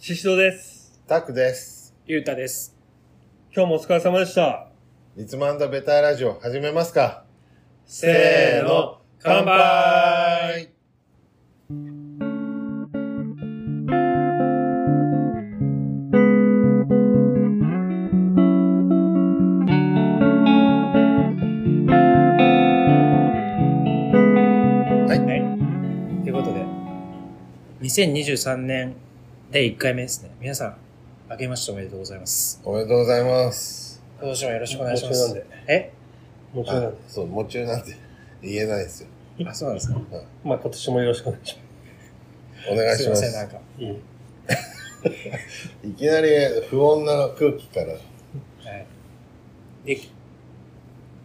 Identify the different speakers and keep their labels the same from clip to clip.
Speaker 1: ししどです。
Speaker 2: タクです。
Speaker 3: ゆうたです。
Speaker 1: 今日もお疲れ様でした。
Speaker 2: いつもベターラジオ始めますか
Speaker 3: せーの乾杯ということで、2023年で1回目ですね。皆さん、明けましておめでとうございます。
Speaker 2: おめでとうございます。
Speaker 3: 今年もよろしくお願いしま
Speaker 1: もち
Speaker 3: す。え
Speaker 1: もちろん
Speaker 2: あ
Speaker 1: で、
Speaker 2: そう、もちろんなんて言えないですよ。
Speaker 3: あ、そうなんですか。
Speaker 1: す。まあ今年もよろしくお願いし
Speaker 2: お願い
Speaker 3: す
Speaker 2: し
Speaker 3: いま
Speaker 2: ま
Speaker 3: せん、なん
Speaker 2: す。
Speaker 3: か。
Speaker 1: ます。うん。
Speaker 2: いきなり不穏な空気から。
Speaker 3: はい。で、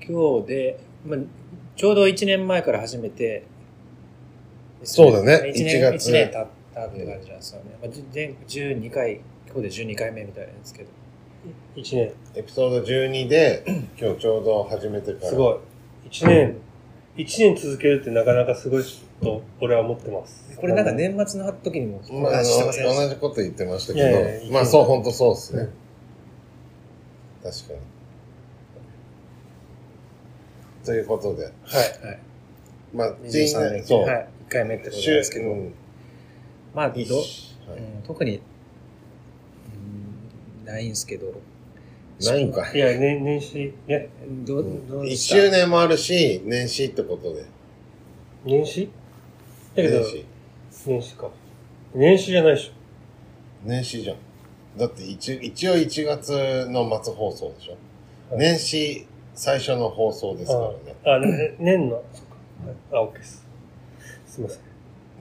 Speaker 3: 今日で、まあ、ちょうど1年前から始めて、
Speaker 2: そうだね
Speaker 3: 1
Speaker 2: 1
Speaker 3: 年、
Speaker 2: 月
Speaker 3: 一年経ったって感じなんですよね。まあ、じ全12回、今日で12回目みたいなんですけど。
Speaker 1: 一年。
Speaker 2: エピソード12で、今日ちょうど始めてから。
Speaker 1: すごい。一年、一年続けるってなかなかすごいと、俺は思ってます。
Speaker 3: これなんか年末の時にも
Speaker 2: まあ、あ
Speaker 3: 話してませんでした
Speaker 2: の同じこと言ってました
Speaker 1: いやいや
Speaker 2: け
Speaker 1: い
Speaker 2: ど、ま
Speaker 1: や
Speaker 2: あそう、本当そうですね。確かに。ということで、
Speaker 1: はい。
Speaker 3: はい。
Speaker 2: まあ、
Speaker 3: 23年、
Speaker 2: そう、
Speaker 3: はい、1回目ってことなん
Speaker 2: 週
Speaker 3: ですけど、
Speaker 2: うん
Speaker 3: まあ、ど
Speaker 2: 一
Speaker 3: う
Speaker 2: はい
Speaker 3: ん、特に、うん、ないんですけど、
Speaker 2: ないんか
Speaker 1: いや、年、年始、ね、
Speaker 3: どどうで
Speaker 2: 一
Speaker 3: した
Speaker 2: 周年もあるし、年始ってことで。
Speaker 1: 年始だけど
Speaker 2: 年、始。
Speaker 1: 年始か。年始じゃないでし
Speaker 2: 年始じゃん。だって一一応1月の末放送でしょ。
Speaker 1: はい
Speaker 2: 年始最初の放送ですから ね。
Speaker 1: ょ。あ、ね年の、そっか。あ、OK です。すいません。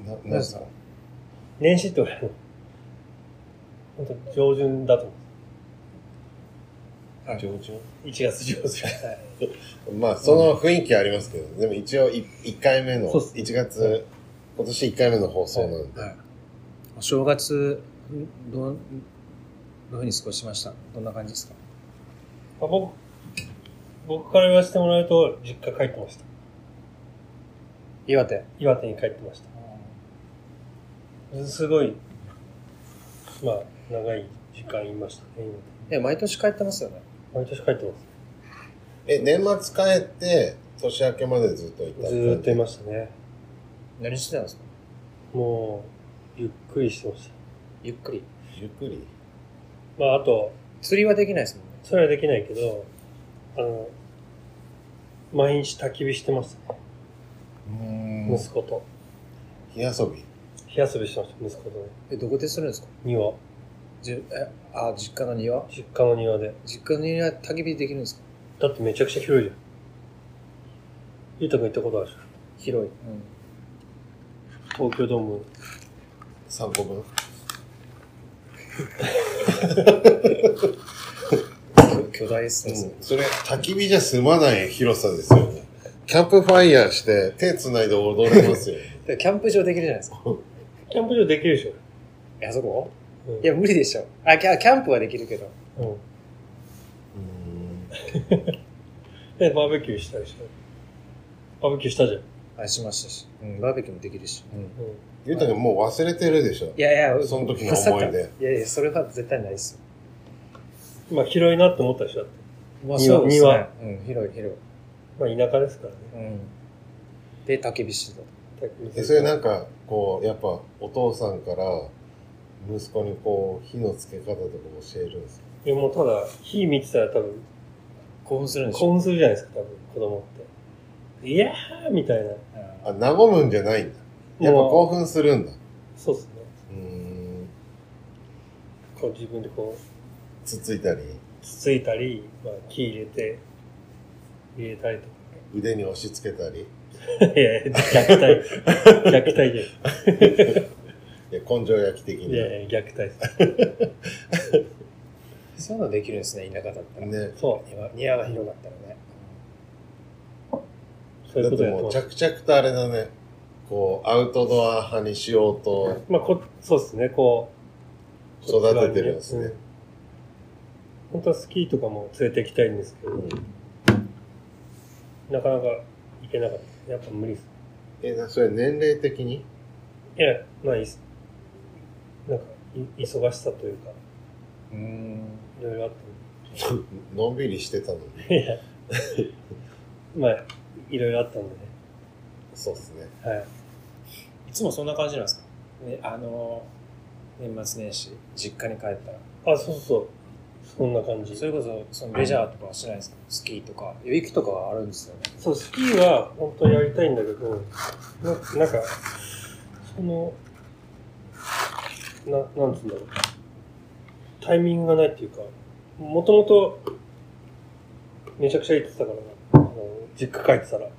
Speaker 2: な、
Speaker 3: ど
Speaker 2: な
Speaker 3: うんした
Speaker 2: か
Speaker 1: 年始って俺の、本当上旬だと思
Speaker 3: はい
Speaker 2: 上旬
Speaker 1: う。1月 上旬。
Speaker 2: まあ、その雰囲気ありますけど、でも一応い1回目の、
Speaker 1: そうっす
Speaker 2: 1月、今年1回目の放送なんで。
Speaker 3: はい、お正月、んどう、どういうふうに過ごしましたどんな感じですか
Speaker 1: まあ僕、僕から言わせてもらうと、実家帰ってました。
Speaker 3: 岩手。
Speaker 1: 岩手に帰ってました。すごい、まあ、長い時間いましたね、
Speaker 3: え、毎年帰ってますよね。
Speaker 1: 今。毎年帰ってま
Speaker 2: え、年末帰って、年明けまでずっといた。
Speaker 1: す。ずーっといましたね。
Speaker 3: 何してたんですか
Speaker 1: もう、ゆっくりしてました。
Speaker 3: ゆっくり。
Speaker 2: ゆっくり。
Speaker 1: まあ、あと、
Speaker 3: 釣りはできないですもんね。
Speaker 1: それはできないけど、あの、毎日焚き火してましたね。
Speaker 2: うん
Speaker 1: 息子と。
Speaker 2: 火遊び。
Speaker 1: 火遊びしてました、息子とね。
Speaker 3: え、どこでするんですか
Speaker 1: 庭。
Speaker 3: じゅえ、あ、実家の庭
Speaker 1: 実家の庭で。
Speaker 3: 実家の庭、焚き火できるんですか
Speaker 1: だってめちゃくちゃ広いじゃん。ゆうたくん行ったことあるでし
Speaker 3: 広い。
Speaker 1: ょ東京ドーム
Speaker 2: 3個分。
Speaker 3: うん。巨大ですね。それ
Speaker 2: うんそれ、焚き火じゃ済まない広さですよね。キャンプファイヤーして、手繋いで踊れますよ、ね。
Speaker 3: でキャンプ場できるじゃないですか。
Speaker 1: キャンプ場できるでし
Speaker 3: え、あそこ
Speaker 1: ょ。うん
Speaker 3: いや、無理でしょ。あ、キャキャンプはできるけど。
Speaker 1: うん。
Speaker 2: うん
Speaker 1: で、バーベキューしたりして。バーベキューしたじゃん。
Speaker 3: あ、しましたし。うん、バーベキューもできるし。うん。
Speaker 1: うん。
Speaker 2: ゆうたくんもう忘れてるでしょ。
Speaker 3: いやいや、
Speaker 2: その時の
Speaker 3: まさか
Speaker 2: 思い出。
Speaker 3: いやいや、それは絶対ないですよ。
Speaker 1: まあ、広いなって思ったでしょ。だって
Speaker 3: まあ、
Speaker 1: 庭
Speaker 3: そうですね
Speaker 1: 庭。
Speaker 3: うん、広い広い。
Speaker 1: まあ、田舎ですからね。
Speaker 3: うん。で、焚き火して
Speaker 2: えそれなんか、こう、やっぱ、お父さんから、息子にこう、火のつけ方とか教えるんですよ。
Speaker 1: いや、もうただ、火見てたら多分、
Speaker 3: た。興奮するんでしょ
Speaker 1: 興奮するじゃないですか、多分、子供って。いやーみたいな。やっ
Speaker 2: あ、和むんじゃないんだ。やっぱ興奮するんだ。
Speaker 1: そうっすね。
Speaker 2: うん。
Speaker 1: こう自分でこ
Speaker 2: つついたり、
Speaker 1: う、つついたり、まあ、木入れて、入れたりとか。
Speaker 2: 腕に押し付けたり、
Speaker 1: いやいや、虐待。虐待じゃん。
Speaker 2: いや根性焼き的
Speaker 1: い
Speaker 2: に。
Speaker 1: やいや、虐待です。
Speaker 3: そういうのできるんですね、田舎だったら。
Speaker 2: ね。
Speaker 1: そ
Speaker 3: 庭庭が広かったらね。
Speaker 1: う。そうい
Speaker 2: だ
Speaker 1: う
Speaker 2: っ
Speaker 1: こと
Speaker 2: て
Speaker 1: やって
Speaker 2: もう
Speaker 1: ます。
Speaker 2: 着々とあれだね、こう、アウトドア派にしようと
Speaker 1: まあ、こ、そうですね、こう。
Speaker 2: 育ててるんですね。
Speaker 1: うん。本当はスキーとかも連れて行きたいんですけど、なかなか行けなかった。やっぱ無理です。
Speaker 2: え、なそれ年齢的に
Speaker 1: いや、まあいいっす。なんか、い忙しさというか、
Speaker 3: うん。
Speaker 1: いろいろあっ
Speaker 2: のんびりしてたのに。
Speaker 1: た。いや、まあ、いろいろあったんでね。
Speaker 2: そうですね。
Speaker 1: はい
Speaker 3: つもそんな感じなんですかね、あのー、年末年始、実家に帰ったら。
Speaker 1: い。あ、そうそう。そんな感じ。
Speaker 3: それこそ、そのレジャーとかはしないですかスキーとか。雪とかはあるんですよね。
Speaker 1: そう、スキーは本当にやりたいんだけど、ななんか、その、な、なんつうんだろう。タイミングがないっていうか、もともと、めちゃくちゃ行ってたからな。あの実家帰ってたら。
Speaker 3: あ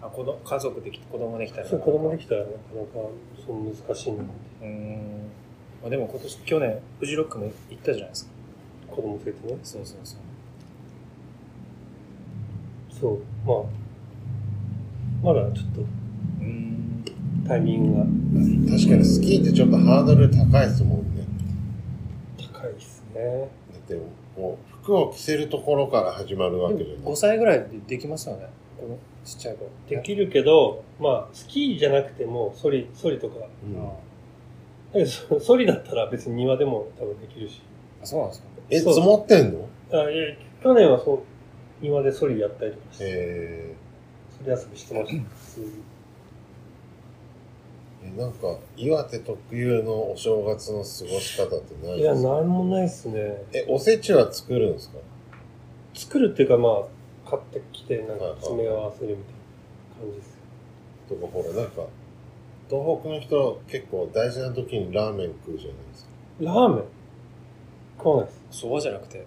Speaker 3: あ。あ、子供、家族でき、子供できたら。
Speaker 1: そう、子供できたらなかなか、その難しいなって。
Speaker 3: うーん。まあ、でも今年、去年、フジロックも行ったじゃないですか。
Speaker 1: 子供連れてね。
Speaker 3: そうそうそう。
Speaker 1: そう、まあ、まだちょっと
Speaker 3: うん。
Speaker 1: タイミングが
Speaker 2: 確かにスキーってちょっとハードル高いですもんね。
Speaker 1: 高いですね。
Speaker 2: だってこう、服を着せるところから始まるわけじゃない
Speaker 3: 5。歳ぐらいでできますよね。このちっちゃい子。
Speaker 1: できるけど、まあ、スキーじゃなくても、ソリ、ソリとか、
Speaker 2: うん
Speaker 3: あ
Speaker 1: だけどそソリだったら別に庭でも多分できるし。
Speaker 3: あ、そうなんですか
Speaker 2: え、
Speaker 1: そう
Speaker 2: 積もってんの
Speaker 1: あいや去年はそう、庭でソリやったりとかして、
Speaker 2: え
Speaker 1: ソリ遊びしてました。普通に
Speaker 2: ーえ、なんか、岩手特有のお正月の過ごし方ってない
Speaker 1: い
Speaker 2: で
Speaker 1: や、
Speaker 2: すか
Speaker 1: なんもないっすね。
Speaker 2: え、おせちは作るんですか
Speaker 1: 作るっていうか、まあ、買ってきて、なんか
Speaker 2: はいはい
Speaker 1: 詰め合わせるみたいな感じです。
Speaker 2: とか、ほら、なんか、東北の人結構大事な時にラーメン食うじゃないですか。
Speaker 1: ラーメン食わないです。
Speaker 3: そばじゃなくて。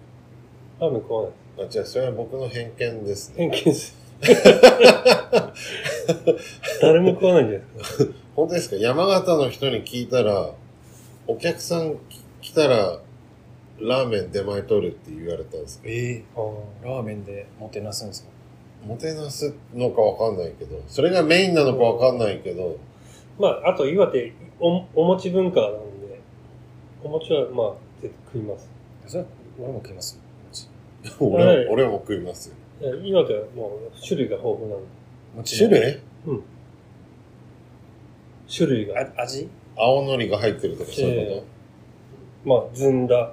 Speaker 1: ラーメン食わないです。
Speaker 2: あ、じゃあ、それは僕の偏見ですね。
Speaker 1: 偏見です。誰も食わないんじゃないですか。
Speaker 2: 本当ですか山形の人に聞いたら、お客さん来たら、ラーメン出前取るって言われたんですけ
Speaker 3: ええ
Speaker 1: あ
Speaker 3: ラーメンでもてなすんですか
Speaker 2: ど、もてなすのかわかんないけど、それがメインなのかわかんないけど、
Speaker 1: ーまあ、あと岩手お、お餅文化なんで、お餅はまあ、絶対食います。
Speaker 3: それは俺も食いますよ。もち
Speaker 2: 俺
Speaker 1: はい
Speaker 2: も俺も食いますよ。
Speaker 1: いや岩手はもう種類が豊富なんで。
Speaker 3: もちろ
Speaker 2: 種
Speaker 3: ん
Speaker 2: 類
Speaker 1: 種類が。
Speaker 3: あ味
Speaker 2: 青のりが入ってるとかそういうこ
Speaker 1: まあ、ずんだ、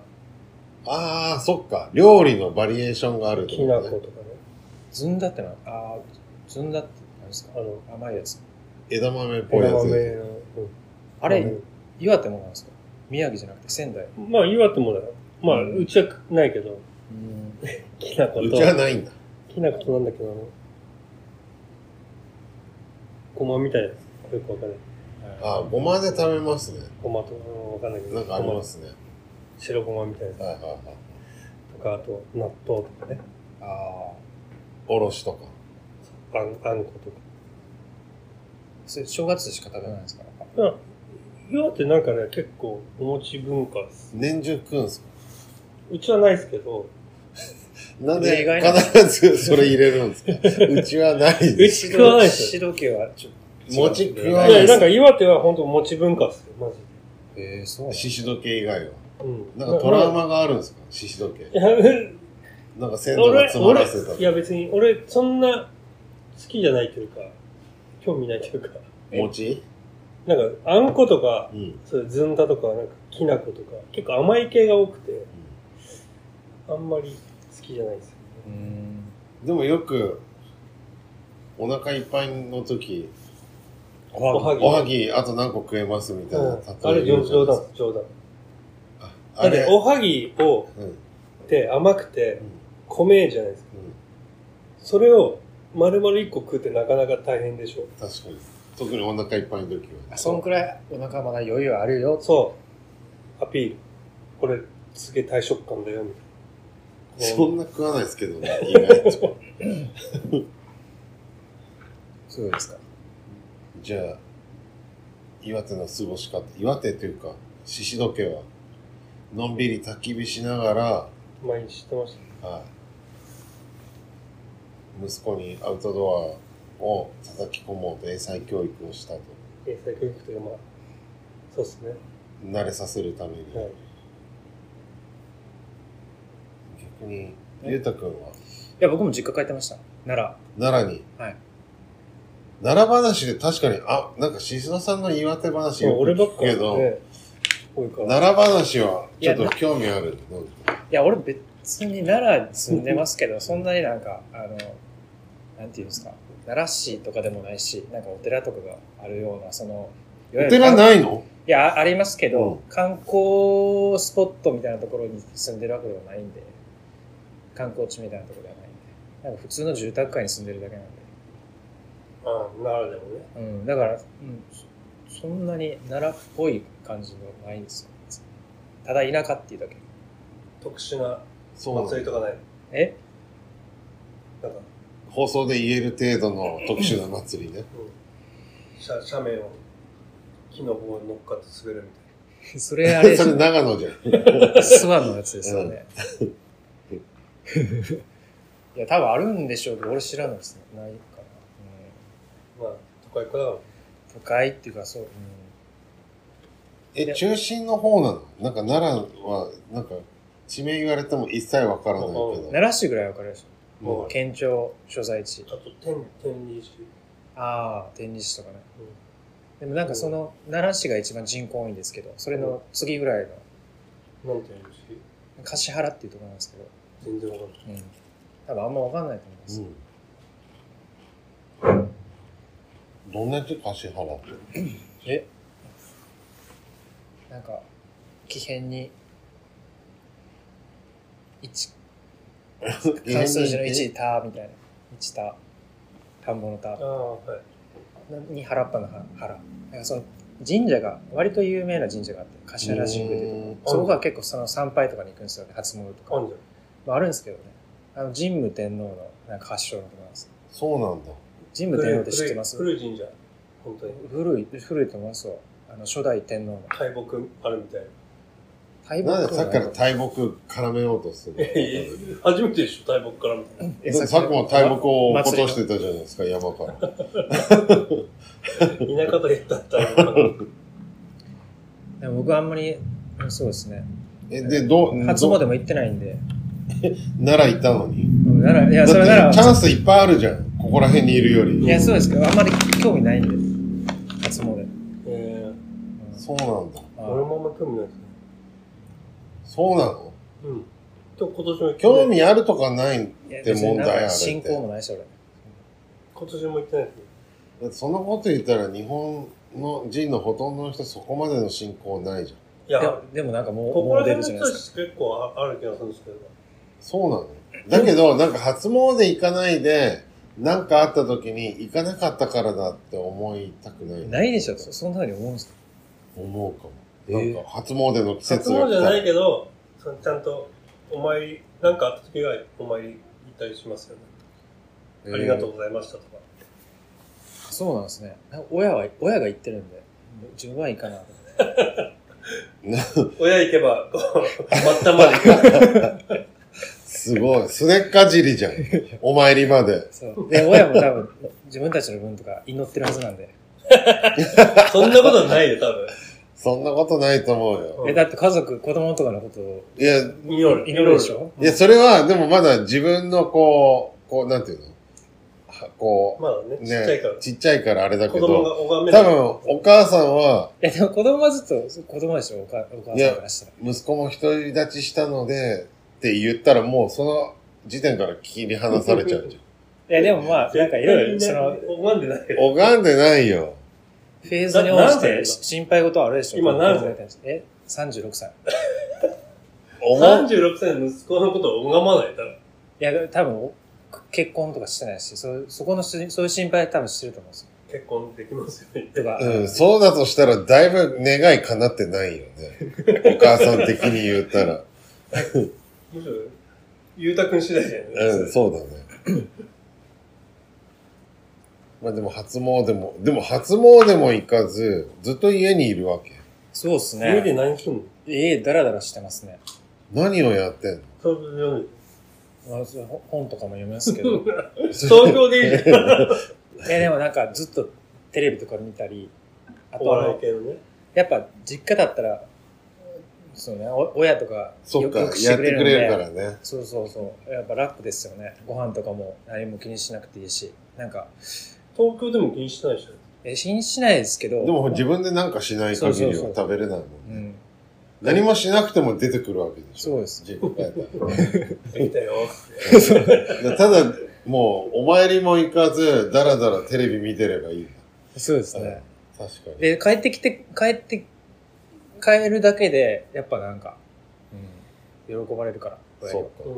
Speaker 2: と、ああ、そっか。料理のバリエーションがあるって
Speaker 1: き
Speaker 2: こ
Speaker 1: な
Speaker 2: と
Speaker 1: 粉と
Speaker 2: ね。
Speaker 1: かね。
Speaker 3: ずんだってな、あーずんだって何です
Speaker 1: あ
Speaker 3: か
Speaker 1: の、
Speaker 3: 甘いやつ。
Speaker 2: 枝豆っぽい
Speaker 1: 枝
Speaker 2: や
Speaker 1: 豆の。
Speaker 2: つ。
Speaker 1: うん
Speaker 3: あれ、岩手もなんですか宮城じゃなくて仙台。
Speaker 1: まあ、岩手もだよ。まあ、
Speaker 3: うん
Speaker 1: うちはないけど、
Speaker 3: うん。
Speaker 1: きな粉
Speaker 2: う
Speaker 1: と
Speaker 2: ち、はないんだ。
Speaker 1: きな粉となんだけど、あの、ごまみたいなやつ。よくわかんない。
Speaker 2: ああ、ごまで食べますね。
Speaker 1: ごまと、うんわかんないけど。
Speaker 2: なんかありますね。
Speaker 1: ごま白ごまみたいなや
Speaker 2: はいはいはい。
Speaker 1: つとか、あと、納豆とかね。
Speaker 3: ああ。
Speaker 2: おろしとか。
Speaker 1: あん、あんことか。
Speaker 3: それ正月しか食べないんですか
Speaker 1: まあ、岩手なんかね、結構、お餅文化っす。
Speaker 2: 年中食うんすか
Speaker 1: うちはないですけど、
Speaker 2: なん
Speaker 3: 意
Speaker 2: で
Speaker 3: 外な
Speaker 2: 必ずそれ入れるんですかうちはないで
Speaker 1: う
Speaker 2: す。
Speaker 1: ち食わないです
Speaker 3: シ
Speaker 1: よ。
Speaker 3: ドケはちょっと。
Speaker 2: 餅食わ
Speaker 1: い
Speaker 2: ない
Speaker 1: や、
Speaker 2: で
Speaker 1: な
Speaker 2: す
Speaker 1: んか。岩手は本当餅文化っすよ、マジで。
Speaker 3: えー、そうなんだ
Speaker 2: 獅子時計以外は。
Speaker 1: うん。
Speaker 2: なんかトラウ
Speaker 1: まあ
Speaker 2: マがあるんですか獅子時計。
Speaker 1: いや、うん
Speaker 2: なんか鮮度が
Speaker 1: 俺、
Speaker 2: 詰まらせた
Speaker 1: 俺、いや別に、俺、そんな、好きじゃないというか、興味ないというか、
Speaker 2: 餅
Speaker 1: なんか、あんことか、
Speaker 2: うん。
Speaker 1: それずんだとか、なんか、きな粉とか、結構甘い系が多くて、あんまり好きじゃないですよ
Speaker 3: うーん。
Speaker 2: でもよく、お腹いっぱいの時、
Speaker 3: おはぎ
Speaker 1: おはぎ
Speaker 2: おはぎあと何個食えますみたいな
Speaker 1: ね。うん。あ
Speaker 2: 例
Speaker 1: れ、
Speaker 2: え言う
Speaker 1: 冗
Speaker 2: じゃないで
Speaker 1: 冗
Speaker 2: す
Speaker 1: 談
Speaker 2: か。、
Speaker 1: 冗談。だ
Speaker 2: あ
Speaker 1: って
Speaker 2: れ、、
Speaker 1: おはぎを、
Speaker 2: うん。うん
Speaker 1: って甘くて、米じゃないですか。それを、丸々一個食うってなかなか大変でしょ。
Speaker 2: 確かに。特にお腹いっぱいの時
Speaker 3: あ
Speaker 2: は。
Speaker 3: そんくらいお腹まだ余裕あるよ。
Speaker 1: そう。アピール。これ、すげえ大食感だよ、みたいな。
Speaker 2: そんな食わないですけどね、意外と。
Speaker 3: そうですか。
Speaker 2: じゃあ、岩手の過ごし方、岩手というか、獅子時計は、のんびり焚き火しながら、
Speaker 1: 毎日してまし
Speaker 2: はい、息子にアウトドアを叩き込もうと英才教育をしたと、
Speaker 1: た。英才教育というか、まあ、そうですね。
Speaker 2: 慣れさせるために。
Speaker 1: はい。
Speaker 2: 逆に、ゆうたくんはい
Speaker 3: や、僕も実家帰ってました。奈
Speaker 2: 奈良に、
Speaker 3: はい
Speaker 2: 奈良話で確かに、あ、なんかシシドさんの岩手話よく
Speaker 1: 俺ばっ
Speaker 2: 聞く
Speaker 1: か
Speaker 2: け
Speaker 1: り
Speaker 2: ど、
Speaker 1: ね、多いから。
Speaker 2: 奈良話はちょっ
Speaker 3: い
Speaker 2: と
Speaker 3: や
Speaker 2: 興味ある。うん
Speaker 3: いや、俺別に奈良に住んでますけど、そんなになんか、あの、なんていうんですか、奈良市とかでもないし、なんかお寺とかがあるような、その、いわゆ
Speaker 2: お
Speaker 3: る
Speaker 2: 寺ないの
Speaker 3: いや、あありますけ
Speaker 2: うん
Speaker 3: ど、観光スポットみたいなところに住んでるわけではないんで、観光地みたいなところではないんで、なんか普通の住宅街に住んでるだけなんで、
Speaker 1: ああ、なるでもね。
Speaker 3: うん、だから、うん、そそんなに奈良っぽい感じはないんですよ。ただ田舎っていうだけ。
Speaker 1: 特殊な
Speaker 2: そうな
Speaker 1: 祭り
Speaker 2: の
Speaker 1: とかない。
Speaker 3: え
Speaker 1: なんか、
Speaker 2: 放送で言える程度の特殊な祭りね。
Speaker 1: うん。斜斜面を木の棒に乗っかって滑るみたいな。
Speaker 3: それあれ、
Speaker 2: それ長野じゃん。
Speaker 3: スワンのやつですよね。 いや、多分あるんでしょうけど、俺知らないですね。ないかな。
Speaker 1: まあ、都会からは
Speaker 3: うん、都会っていうか、そう、うん、
Speaker 2: え、中心の方なのなんか奈良は、なんか、地名言われても一切わからないけど。
Speaker 3: 奈良市ぐらいわかるでし
Speaker 2: も
Speaker 3: ょ。県庁所在地
Speaker 1: あ。と天、天理市。
Speaker 3: ああ、天理市とかね。でもなんかその、奈良市が一番人口多いんですけど、それの次ぐらいの、
Speaker 1: うん。なんていう
Speaker 3: 橿
Speaker 1: し、
Speaker 3: 原っていうところなんですけど、
Speaker 1: 全然わかんない。
Speaker 3: うん。多分あんまわかんないと思います。
Speaker 2: うん。どんなやつ橿原って。
Speaker 3: えなんか、奇変に、 一関数字の1たみたいな。1た、田んぼのた
Speaker 1: あ、あ、はい。
Speaker 3: に原っぱのは原。なんかその神社が、割と有名な神社があって、橿原神宮っていうとこ
Speaker 2: うん
Speaker 3: そこが結構その参拝とかに行くんですよね、初詣と
Speaker 1: あ
Speaker 3: か。
Speaker 1: んじゃん。
Speaker 3: まあ、あるんですけどね。あの、神武天皇のなんか発祥のとこなんです。
Speaker 2: そうなんだ。
Speaker 3: 神武天皇って知ってます
Speaker 1: 古い古い神社。本当に。
Speaker 3: 古い、古いと思いますよ。あの、初代天皇の。
Speaker 1: 大木あるみたいな。
Speaker 3: 大
Speaker 2: なんでさっきから
Speaker 3: 木
Speaker 2: 大木絡めようとす る
Speaker 1: ええ初めてでしょ、大木からみたいな。
Speaker 3: え
Speaker 2: のさっきも大木を落っ
Speaker 3: 祭りの
Speaker 2: ことしてたじゃないですか、山から。
Speaker 1: 田舎と言ったったら、
Speaker 3: でも僕あんまり、うんそうですね。
Speaker 2: え、で、どう、
Speaker 3: 初
Speaker 2: ど
Speaker 3: 詣も行ってないんで。
Speaker 2: 奈良行ったのに。
Speaker 3: うんなら、い
Speaker 2: だ
Speaker 3: や、
Speaker 2: って
Speaker 3: それなら、
Speaker 2: チャンスいっぱいあるじゃん。ここら辺にいるよ
Speaker 3: い
Speaker 2: り。
Speaker 3: や、そうですけど、あんまり興味ないんで、初詣。うん
Speaker 1: え
Speaker 2: そうなんだ。
Speaker 1: え俺もあんま興味ないですね。
Speaker 2: そうなの
Speaker 1: うん。と今年も行ってない
Speaker 2: 興味あるとかないっ
Speaker 3: いや
Speaker 2: て問題ある
Speaker 3: 別に
Speaker 2: っ
Speaker 3: 信仰
Speaker 2: て。
Speaker 3: もないし、俺。
Speaker 1: 今年も行ってないですね。
Speaker 2: そのこと言ったら日本の人のほとんどの人そこまでの信仰ないじゃん。
Speaker 1: いや、
Speaker 3: で
Speaker 1: こ
Speaker 3: もでもなんかもう、
Speaker 1: こ
Speaker 3: も
Speaker 1: ら
Speaker 3: う出
Speaker 1: 辺
Speaker 3: るじゃ
Speaker 1: の
Speaker 3: ないで
Speaker 1: 人た
Speaker 3: す
Speaker 1: ち結構あある気がするんですけど。
Speaker 2: そうなのだけど、なんか初詣行かないで、なんかあった時に行かなかったからだって思いたくな
Speaker 3: か。
Speaker 2: い。
Speaker 3: ないでしょ、そそんなふうに思うんですか
Speaker 2: 思うかも。
Speaker 3: え
Speaker 2: なん
Speaker 3: ー
Speaker 2: か初詣の季節
Speaker 1: 初詣じゃない
Speaker 2: 来
Speaker 1: けど、そのちゃんと、お参り、なんかあった時はお参り行ったりしますよね。
Speaker 2: た
Speaker 1: ありがとう。ございましたとか。
Speaker 3: そうなんですね。なんか親は、親が言ってるんで、自分はいいかなと思って。
Speaker 1: 親行けば、こう、まったまで行く。
Speaker 2: すごい。すねっかじりじゃん。お参りまで。
Speaker 3: そう。で、親も多分、自分たちの分とか祈ってるはずなんで。
Speaker 1: そんなことないよ、多分。
Speaker 2: そんなことないと思うよ。
Speaker 3: え、だって家族、子供とかのことを
Speaker 2: いや、い
Speaker 1: 祈る。
Speaker 3: 祈るでしょ
Speaker 2: や、それは、でもまだ自分のこう、こう、なんていうのはこ
Speaker 1: まだ
Speaker 2: う、
Speaker 1: ね、ちっちゃいから。
Speaker 2: ちっちゃいからあれだけ
Speaker 1: 子供
Speaker 2: ど、
Speaker 1: が拝めな
Speaker 2: 多
Speaker 1: い。
Speaker 2: 分お母さんは、
Speaker 3: いや、でも子供はずっと子供でしょ、おかお母さんからしたら。
Speaker 2: 息子も独り立ちしたので、って言ったらもうその時点から切り離されちゃう じゃん。
Speaker 3: いや、でもまあ、なんかいろいろ、
Speaker 1: 絶
Speaker 3: そ
Speaker 1: 対
Speaker 3: の、
Speaker 1: みんな拝んでないよ。
Speaker 2: 拝んでないよ。
Speaker 3: フェーズに応じ
Speaker 1: な何歳
Speaker 3: てし心配事はあるでしょ。
Speaker 1: 今何歳
Speaker 3: 子供がいたりしてえ ?36 歳。
Speaker 2: 思う
Speaker 1: 36歳の息子のことを拝まない、多分。
Speaker 3: いや、多分、結婚とかしてないし、そうそこのし、そういう心配多分してると思うんですよ。
Speaker 1: 結婚できますよね。
Speaker 3: とか、
Speaker 2: うん、そうだとしたらだいぶ願い叶ってないよね。お母さん的に言ったら。
Speaker 1: むしろ、ゆうたくん次第だよね。
Speaker 2: うん、そうだね。 まあでも初詣も、でも初詣も行かず、ずっと家にいるわけ。
Speaker 3: そうです
Speaker 1: 家
Speaker 3: ね。
Speaker 1: で何すんの
Speaker 3: 家ダラダラしてますね。
Speaker 2: 何をやってんの
Speaker 1: 東京で
Speaker 3: まあそう本とかも読みますけ ど。
Speaker 1: 東京でいいじゃん。
Speaker 3: いや、でもなんかずっとテレビとか見たり、あ
Speaker 1: お
Speaker 3: とあ
Speaker 1: 笑い
Speaker 3: の、
Speaker 1: 系のね。
Speaker 3: やっぱ実家だったら、そうね、お親とか
Speaker 2: そっか、
Speaker 3: よくし
Speaker 2: や
Speaker 3: て
Speaker 2: って
Speaker 3: く
Speaker 2: く
Speaker 3: れるんで
Speaker 2: れるからね。
Speaker 3: そうそうそう。やっぱ楽ですよね。ご飯とかも何も気にしなくていいし。なんか、
Speaker 1: 東京でも気にしてないでしょ。
Speaker 3: え、信じないですけど。
Speaker 2: でも自分でなんかしない限り
Speaker 3: そうそうそ
Speaker 2: は
Speaker 3: う
Speaker 2: 食べれないもん
Speaker 3: う
Speaker 2: ね。
Speaker 3: ん。
Speaker 2: 何もしなくても出てくるわけでしょ。
Speaker 3: そうです
Speaker 2: 自分がやったら
Speaker 1: できたよ。
Speaker 2: で ただ、もう、お参りも行かず、だらだらテレビ見てればいい。
Speaker 3: そうです
Speaker 2: はい
Speaker 3: ね。
Speaker 2: 確かに。
Speaker 3: で、帰ってきて、帰って、帰るだけで、やっぱなんか、うん、喜ばれるから。
Speaker 2: そう
Speaker 1: う
Speaker 2: か。
Speaker 1: ん。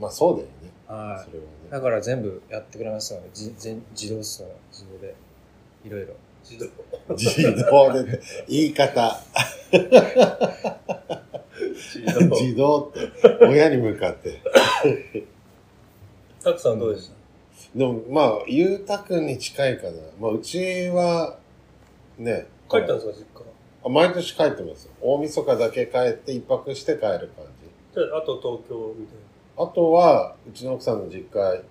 Speaker 2: まあそうだよね。
Speaker 3: は。
Speaker 2: それはいね。
Speaker 3: だから全部やってくれますよね。じ全自動っすよね。自動で。いろいろ。
Speaker 1: 自動。
Speaker 2: 自動でって、言い方、
Speaker 1: 自動。
Speaker 2: 自動って、親に向かって。
Speaker 1: たくさんどうでした
Speaker 2: でも、まあ、ゆうたくんに近いかな。まあ、うちは、ね。
Speaker 1: 帰ったんですか、実家。
Speaker 2: あ毎年帰ってますよ。大晦日だけ帰って、一泊して帰る感じ。
Speaker 1: じゃあ、あと東京みたい
Speaker 2: あとは、うちの奥さんの実家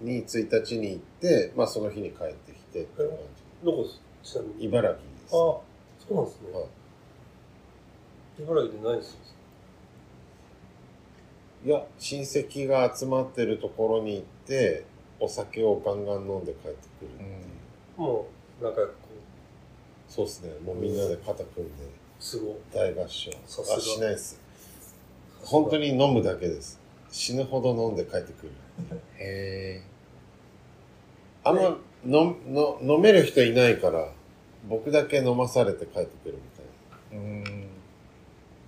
Speaker 2: に1日に行って、まあその日に帰ってきてっていう感
Speaker 1: な。どこですちなみ
Speaker 2: じ。
Speaker 1: に。
Speaker 2: 茨城です。
Speaker 1: ああ、そうなんですね。
Speaker 2: は
Speaker 1: 茨城でないですよ。
Speaker 2: いや、親戚が集まってるところに行って、お酒をガンガン飲んで帰ってくるっていう。
Speaker 3: うん
Speaker 1: もう、なんかこ
Speaker 2: そうですね。もうみんなで肩組んで
Speaker 1: う、すごい。
Speaker 2: 大合唱。
Speaker 1: さすが
Speaker 2: あ、しないです。本当に飲むだけです。死ぬほど飲んで帰ってくる。
Speaker 3: へ
Speaker 2: あんまのの飲める人いないから、僕だけ飲まされて帰ってくるみた
Speaker 3: え。
Speaker 2: いな。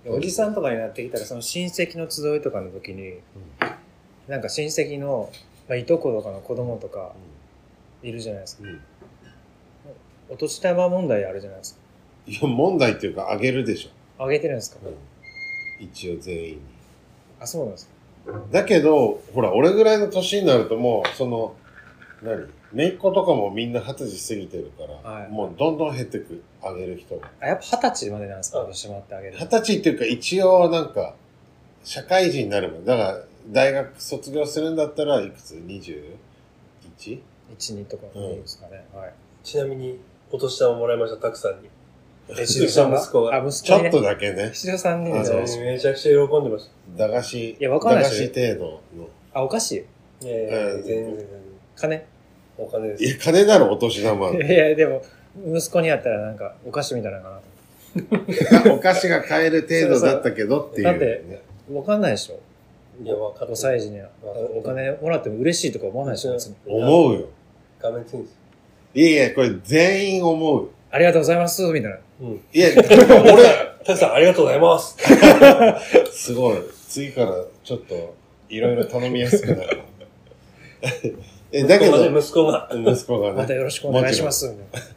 Speaker 3: うん。でおじさんとかになってきたら、その親戚の集いとかの時に、なんか親戚の、まあ、いとことかの子供とかいるじゃないですか。
Speaker 2: うんうん
Speaker 3: お年玉問題あるじゃないですか。
Speaker 2: いや、問題っていうか、あげるでし
Speaker 3: あげてるんですか
Speaker 2: ょ。一応全員に。
Speaker 3: あ、そうなんですか。
Speaker 2: だけど、ほら、俺ぐらいの年になるともう、その、何姪っ子とかもみんな二十歳過ぎてるから、
Speaker 3: はい
Speaker 2: もうどんどん減ってく、あげる人が。
Speaker 3: あ、やっぱ二十歳までなんですか
Speaker 1: あ
Speaker 3: お年玉ってあげる
Speaker 2: 二。十歳っていうか、一応なんか、社会人になるもん。だから、大学卒業するんだったら、いくつ ?21?
Speaker 3: 一二とかいいですかね。はい。
Speaker 1: ちなみに、お年玉もらいました、たくさんに。
Speaker 3: え、
Speaker 1: しずくさんが
Speaker 3: 息子が。あ、息子
Speaker 2: ちょっと
Speaker 3: ね。
Speaker 2: だけね。
Speaker 3: しずくさんに
Speaker 2: あ
Speaker 3: ね
Speaker 2: そう
Speaker 1: めちゃくちゃ喜んでました。
Speaker 2: 駄菓子、
Speaker 3: やわかんない
Speaker 2: 駄
Speaker 3: で
Speaker 2: 菓
Speaker 3: す
Speaker 2: 子
Speaker 3: よ
Speaker 2: 程度の。
Speaker 3: あ、お菓子
Speaker 1: ええ、全然、
Speaker 3: 金
Speaker 1: お金
Speaker 2: い
Speaker 1: です。
Speaker 2: や、金だろ、お 年玉。
Speaker 3: いや、でも、息子にやったらなんか、お菓子みたいなのかなと
Speaker 2: お菓子が買える程度だったけどっていう、ね。
Speaker 3: 思って。わかんないでしょ
Speaker 1: いや、わかっ
Speaker 3: 5
Speaker 1: た。
Speaker 3: 歳児には。お金もらっても嬉しいとか思わないでしょ別に
Speaker 2: 思うよ。
Speaker 1: 画面ついんですよ。
Speaker 2: いやいや、これ全員思う。
Speaker 3: ありがとうございます、みたいな。
Speaker 1: うん。
Speaker 2: い や、俺、
Speaker 1: たくさんありがとうございます。
Speaker 2: すごい。次からちょっと、いろいろ頼みやすくな る。え、だけど、
Speaker 1: 息子が。
Speaker 2: 息子
Speaker 3: ま
Speaker 2: が
Speaker 3: た
Speaker 2: ね、
Speaker 3: よろしくお願いします、みたいな。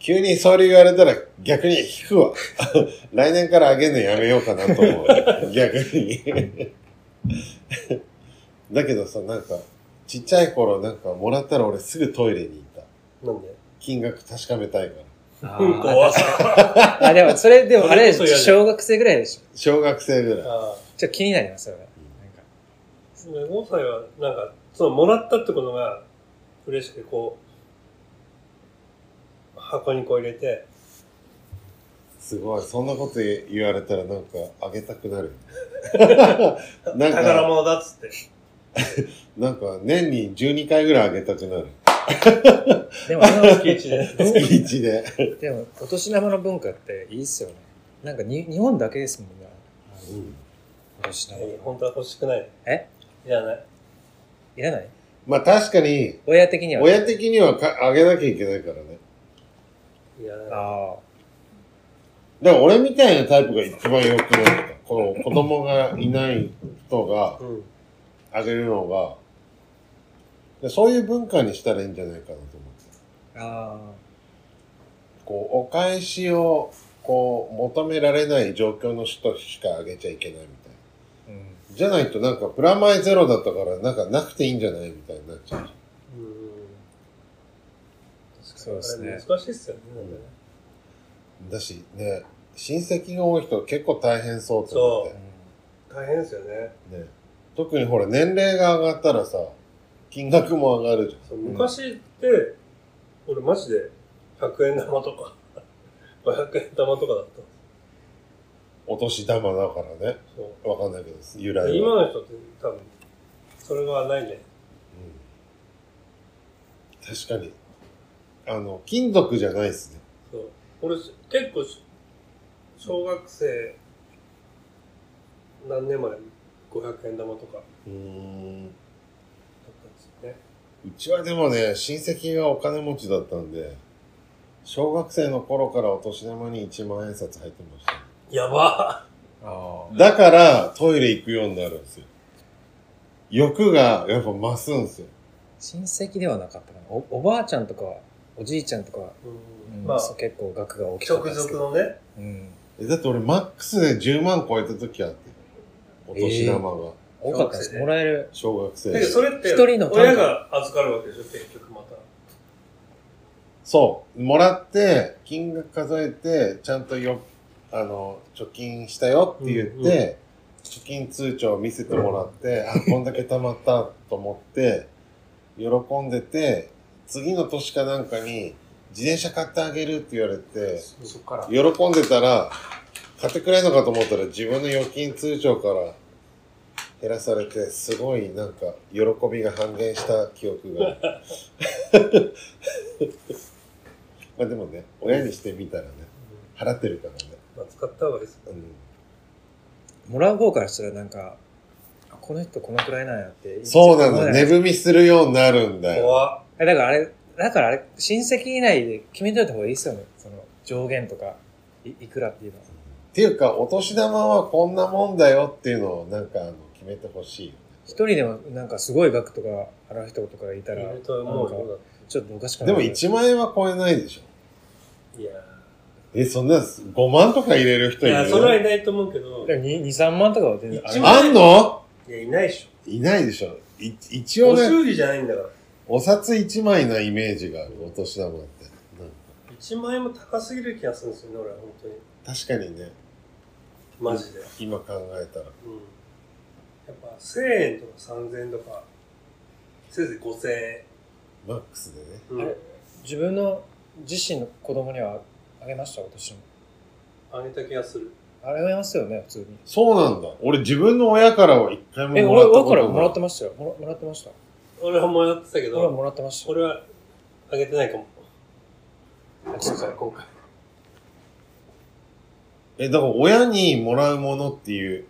Speaker 2: 急にそれ言われたら逆に引くわ。 来年からあげるのやめようかなと思う。逆に。 だけどさ、なんか、ちっちゃい頃なんかもらったら俺すぐトイレに行った。
Speaker 1: なんで
Speaker 2: 金額確かめたいから。
Speaker 3: あ
Speaker 1: うんこ
Speaker 3: ー
Speaker 1: はさ。
Speaker 3: あ、でも、それ、でも、あれでしょ
Speaker 1: そういうことや
Speaker 3: 小学生ぐらいでしょ
Speaker 2: 小学生ぐらい。
Speaker 1: ああ。
Speaker 3: ちょっと気になりますよね。なんか
Speaker 1: 5歳は、なんか、その、もらったってことが、嬉しくて、こう、箱にこう入れて、
Speaker 2: すごい。そんなこと言われたらなんかあげたくな る。なん
Speaker 1: 宝
Speaker 2: か、
Speaker 1: 物だっつって。
Speaker 2: なんか年に12回ぐらいあげたくなる。
Speaker 3: でも、あの
Speaker 1: 月一で。
Speaker 2: 月1で。
Speaker 3: でも、お年玉の文化っていいっすよね。なんかに、日本だけですもんね。お年玉。
Speaker 1: えー本当は欲しくない。
Speaker 3: え
Speaker 1: いらない。
Speaker 3: いらない
Speaker 2: まあ確かに、
Speaker 3: 親的には。
Speaker 2: 親的にはかあげなきゃいけないからね。
Speaker 1: いらない。
Speaker 3: ああ。
Speaker 2: だから俺みたいなタイプが一番良くないか。この子供がいない人が
Speaker 1: うん。
Speaker 2: あげるのが、でそういう文化にしたらいいんじゃないかなと思って。
Speaker 3: あ
Speaker 2: こう、お返しを、こう、求められない状況の人しかあげちゃいけないみたいな。
Speaker 3: あ。うん。
Speaker 2: じゃないとなんか、プラマイゼロだったから、なんかなくていいんじゃないみたいになっちゃう。
Speaker 1: うん。
Speaker 3: そうですね
Speaker 1: あれ難しいっすよね。なんかね
Speaker 2: だし、ね、親戚が多い人結構大変そうと思っ
Speaker 1: 大変ですよね。
Speaker 2: て。ね。特にほら、年齢が上がったらさ、金額も上がるじゃん。
Speaker 1: そう昔って、俺マジで100円玉とか、500円玉とかだったんで
Speaker 2: お年玉だからね。
Speaker 1: すよ。
Speaker 2: わかんないけど、由
Speaker 1: そう。
Speaker 2: 来
Speaker 1: 今
Speaker 2: は。
Speaker 1: の人って多分、それがないんじゃない
Speaker 2: うん確かに。あの、金属じゃないですね。
Speaker 1: そう。俺、結構し、小学生、何年前 ?500 円玉とかだっ
Speaker 2: うーん。
Speaker 1: たんですよね。
Speaker 2: うちはでもね、親戚がお金持ちだったんで、小学生の頃からお年玉に1万円札入ってました。
Speaker 1: やば
Speaker 3: ああ。
Speaker 2: だから、トイレ行くようになるんですよ。欲がやっぱ増すんですよ。
Speaker 3: 親戚ではなかったかな。おおばあちゃんとか、おじいちゃんとか、
Speaker 1: う
Speaker 3: うんん
Speaker 1: まあ、
Speaker 3: そう結構額が大きかった
Speaker 1: 直
Speaker 3: ですけ
Speaker 1: 属
Speaker 3: ど。
Speaker 1: のね、
Speaker 3: うん。
Speaker 2: えだって俺マックスで10万超えた時あって。お年玉が。
Speaker 3: 多かったです。
Speaker 1: 小学生
Speaker 3: もらえる。
Speaker 2: 小学生
Speaker 1: だけどそれって
Speaker 3: 一人の単価
Speaker 1: 親が預かるわけでしょ結局また
Speaker 2: そう。もらって、金額数えて、ちゃんとよ、あの、貯金したよって言って、
Speaker 1: うんうん
Speaker 2: 貯金通帳を見せてもらって、あ、こんだけ貯まったと思って、喜んでて、次の年かなんかに、自転車買ってあげるって言われて、
Speaker 1: そっから
Speaker 2: 喜んでたら、買ってくれんのかと思ったら自分の預金通帳から減らされて、すごいなんか喜びが半減した記憶が。 まあでもね、親にしてみたらね、払ってるからね。
Speaker 1: まあ使った方がいいです
Speaker 2: うん、
Speaker 3: もらう方からしたらなんか、あこの人このくらいなんやって。
Speaker 2: そうなの、
Speaker 3: ね
Speaker 2: 寝踏みするようになるんだよ。
Speaker 1: 怖っ
Speaker 3: えだからあれ、だからあれ、親戚以内で決めといた方がいいですよね。その、上限とか、いいくらっていうのは。
Speaker 2: っていうか、お年玉はこんなもんだよっていうのをなんかあの決めてほしいよね。
Speaker 3: 一人でもなんかすごい額とか払う人とかいた
Speaker 1: い
Speaker 3: ら、
Speaker 1: ると思う
Speaker 3: なんか
Speaker 1: よ
Speaker 3: ちょっとおかしくな
Speaker 2: で
Speaker 3: る
Speaker 2: も1万円は超えないでしょ。
Speaker 1: いや
Speaker 2: え、そんな5万とか入れる人
Speaker 1: い
Speaker 2: いる
Speaker 1: やそれはいないと思うけど
Speaker 3: でも2、3万とかは全然あ
Speaker 1: 一
Speaker 3: る
Speaker 1: 万
Speaker 2: あんの
Speaker 1: いやいないでし
Speaker 2: いないでしょ。い一
Speaker 1: ょ
Speaker 2: 応
Speaker 1: お
Speaker 2: ね、
Speaker 1: 修理じゃないんだから
Speaker 2: お札一枚なイメージがある、お年玉って。なんか
Speaker 1: 1万円も高すぎる気がするんですよね俺は本当に
Speaker 2: 確かにね、
Speaker 1: マジでうん
Speaker 2: 今考えたら。
Speaker 1: やっぱ1000円とか3000円とかせいぜい5000円
Speaker 2: マックスでね。
Speaker 1: う
Speaker 3: あ
Speaker 1: ん
Speaker 3: れ自分の自身の子供にはあげました、私も。
Speaker 1: あげた気がする
Speaker 3: あげますよね、普通に。
Speaker 2: そうなんだ。俺自分の親からは一回も
Speaker 3: え、
Speaker 2: もら
Speaker 3: 俺、
Speaker 2: った
Speaker 3: 俺
Speaker 2: こ
Speaker 3: から
Speaker 2: と
Speaker 3: もらっ
Speaker 2: な
Speaker 3: て
Speaker 2: い。
Speaker 3: ましたよ。もらもらってました。
Speaker 1: 俺は迷ってたけ
Speaker 3: 俺は
Speaker 1: ど
Speaker 3: もらってました。
Speaker 1: 俺はあげてないかも
Speaker 3: あちょ
Speaker 1: 今
Speaker 3: っと
Speaker 1: 回今回
Speaker 2: え、だから親にもらうものっていう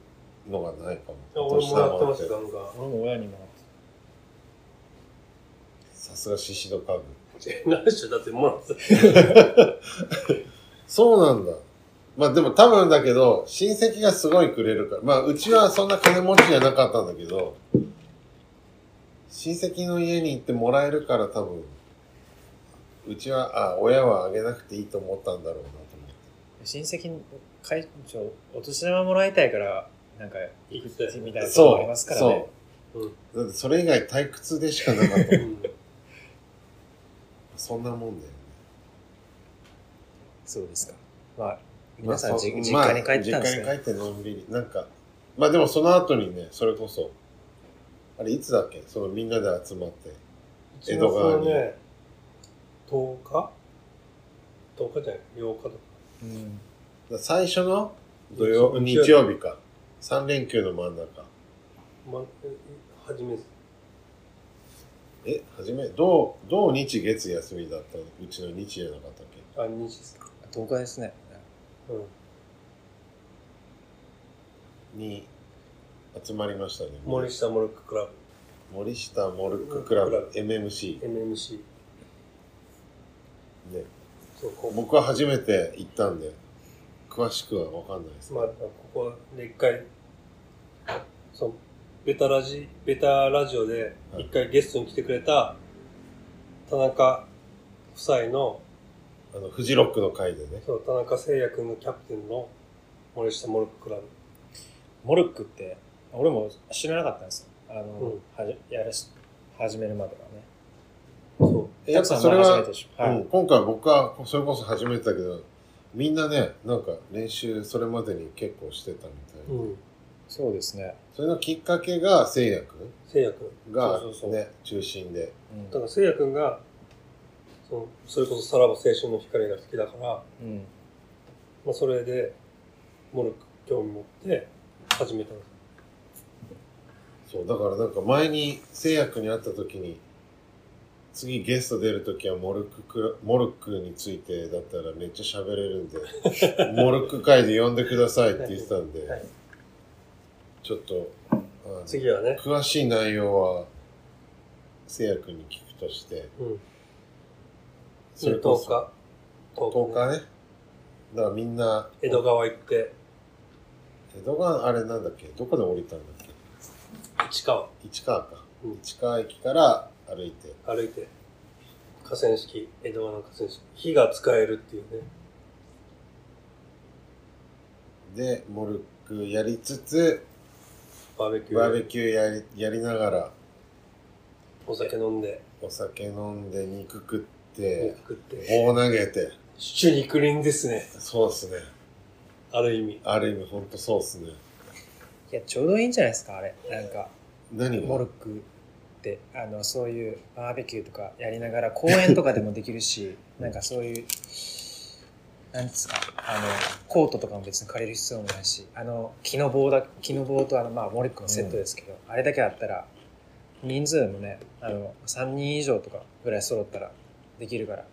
Speaker 2: のがないかも。
Speaker 1: 俺もらってました
Speaker 2: て
Speaker 1: ガンガン
Speaker 3: 俺も親にもらって
Speaker 2: さすがシシド家具。
Speaker 1: 何しょだってもらって
Speaker 2: そうなんだ。まあでも多分だけど、親戚がすごいくれるから。まあうちはそんな金持ちじゃなかったんだけど、親戚の家に行ってもらえるから多分、うちは、あ、親はあげなくていいと思ったんだろうなと思って。
Speaker 3: た。親戚に、会長、お年玉もらいたいから、なんか、
Speaker 1: いく
Speaker 3: 口みたいなとこ
Speaker 2: そう
Speaker 3: ありますからね。
Speaker 2: そう。だってそれ以外退屈でしかなか った。
Speaker 1: うん
Speaker 2: そんなもんだよね。
Speaker 3: そうですか。まあ、皆さん、じ
Speaker 2: まあ
Speaker 3: 実
Speaker 2: そうまあ
Speaker 3: 家に帰ってたんですね。
Speaker 2: 実家に帰ってのんびり。なんか、まあでもその後にね、それこそ、あれいつだっけそのみんなで集まって。江戸川に
Speaker 1: うちのそのね、10日 ?10 日じゃない ?8 日とか。
Speaker 3: うん
Speaker 2: 最初の土曜
Speaker 1: 日
Speaker 2: 日
Speaker 1: 曜日
Speaker 2: 曜日か。3連休の真ん中。
Speaker 1: ま、初めです。
Speaker 2: え、はじめ、どう、どう日月休みだったのうちの日じゃなかったっけ
Speaker 1: あ、2日ですか。
Speaker 3: 10日ですね。
Speaker 1: うん。
Speaker 2: に集まりましたね。
Speaker 1: 森下モルッククラ
Speaker 2: 森下モルッククラ
Speaker 1: クラブ
Speaker 2: ブ、MMC
Speaker 1: ブ、。MMC。
Speaker 2: ね。
Speaker 1: そう、こ
Speaker 2: 僕は初めて行ったんで、詳しくはわかんないです。
Speaker 1: まあ、ここで一回、そう、ベタラジ、ベタラジオで一回ゲストに来てくれた、田中夫妻の、
Speaker 2: あの、フジロックの会でね。
Speaker 1: そう、田中誠也君のキャプテンの森下モルッククラブ。
Speaker 3: モルックって、俺も知らなかったんですよ。あの、
Speaker 1: うん
Speaker 3: はじやらし始めるまではね。
Speaker 1: そう。
Speaker 2: えやっ
Speaker 3: タ
Speaker 2: ぱ
Speaker 3: クさ
Speaker 2: そ
Speaker 3: ん
Speaker 2: れ
Speaker 3: も初め
Speaker 2: は
Speaker 3: て、でしょ。はい。
Speaker 2: うん今回僕はそれこそ初めてだけど、みんなね、なんか練習それまでに結構してたみたいな。
Speaker 1: うん。
Speaker 3: そうですね。
Speaker 2: それのきっかけが聖也くん
Speaker 1: 誠也君。
Speaker 2: が
Speaker 1: そうそうそう
Speaker 2: ね、中心で。
Speaker 3: うん
Speaker 1: だから聖也くんがそのそれこそさらば青春の光が好きだから、ま
Speaker 3: うん
Speaker 1: あ、それでモルック興味持って始めたんです
Speaker 2: そう、だからなんか前に聖也くんに会った時に、次ゲスト出るときはモルックく、モルックについてだったらめっちゃ喋れるん で、モルック会で呼んでくださいって言ってたんで、
Speaker 1: はい
Speaker 2: ちょっと、あの
Speaker 1: 次はね。
Speaker 2: 詳しい内容は、せやくんに聞くとして、
Speaker 1: うん。
Speaker 2: それこ
Speaker 1: 10
Speaker 2: そ
Speaker 1: 日。10
Speaker 2: 10
Speaker 1: 日ね。
Speaker 2: 日ね。だからみんな、
Speaker 1: 江戸川行って、
Speaker 2: 江戸川、あれなんだっけどこで降りたんだっけ
Speaker 1: 市川
Speaker 2: 市川か。
Speaker 1: うん
Speaker 2: 市川駅から歩いて。
Speaker 1: 歩いて、河川敷、江戸川の河川敷。火が使えるっていうね。
Speaker 2: で、モルックやりつつ、
Speaker 1: バーベキュ
Speaker 2: バーベ
Speaker 1: ー、
Speaker 2: キューやりやりながら、
Speaker 1: お酒飲んで、
Speaker 2: お酒飲んで肉食っ
Speaker 1: 肉
Speaker 2: て、
Speaker 1: 食って。
Speaker 2: 棒投げて。
Speaker 1: シチュ肉林ですね。
Speaker 2: そうっすね。
Speaker 1: ある意味。
Speaker 2: ある意味ほんとそうっすね。
Speaker 3: いや、ちょうどいいんじゃないですか、あれ。なんか、
Speaker 2: 何
Speaker 3: モル
Speaker 2: が
Speaker 3: ックって、あの、そういうバーベキューとかやりながら、公園とかでもできるし、なんかそういう、なんつうか、あの、コートとかも別に借りる必要もないし、あの、木の棒だ、木の棒とあの、まあ、モルックのセットですけど、あれだけあったら、人数もね、あの、3人以上とかぐらい揃ったらできるから、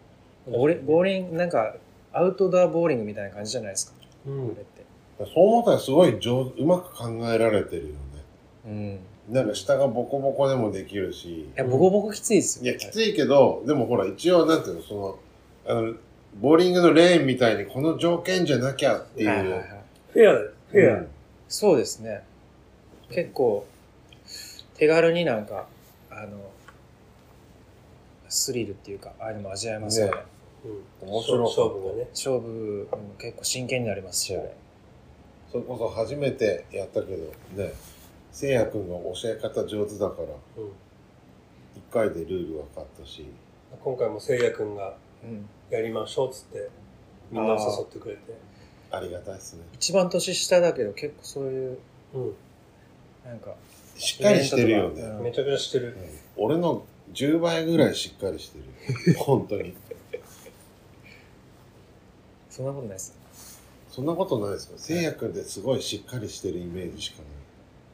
Speaker 3: ボーリンボーリング、なんか、アウトドアボーリングみたいな感じじゃないですか、
Speaker 1: う
Speaker 3: あれっ
Speaker 1: ん。
Speaker 3: て。
Speaker 2: そう思ったらすごい上手、うまく考えられてるよね。
Speaker 3: うん。
Speaker 2: なんか下がボコボコでもできるし
Speaker 3: い。や、ボコボコきついですよ。
Speaker 2: いや、きついけど、でもほら、一応、なんていうの、その、あの、ボーリングのレーンみたいに、この条件じゃなきゃってい
Speaker 3: はいはいは
Speaker 2: う。
Speaker 3: い。
Speaker 1: フェアだよ。フェア。
Speaker 2: うん
Speaker 3: そうですね。結構、手軽になんか、あの、スリルっていうか、ああいうのも味わえますよね。
Speaker 2: ね
Speaker 1: うん。
Speaker 2: 面白かった
Speaker 1: 勝負がね。
Speaker 3: 勝負も結構真剣になりますし、あれ。
Speaker 2: それこそ初めてやったけど、ね、せいやくんが教え方上手だから、
Speaker 1: うん。
Speaker 2: 一回でルール分かったし、
Speaker 1: 今回も聖也くんが
Speaker 3: うん。
Speaker 1: やりましょうっつって、みんなを誘ってくれて。
Speaker 2: ありがたいですね。
Speaker 3: 一番年下だけど、結構そういう、
Speaker 1: う
Speaker 3: なんか、
Speaker 2: しっかりしてるよね。
Speaker 1: ん。めちゃくちゃしてる
Speaker 2: う。ん俺の10倍ぐらいしっかりしてる。本当に。
Speaker 3: そんなことないですね。
Speaker 2: そんなことないですよ。せいやくんってすごいしっかりしてるイメージしかな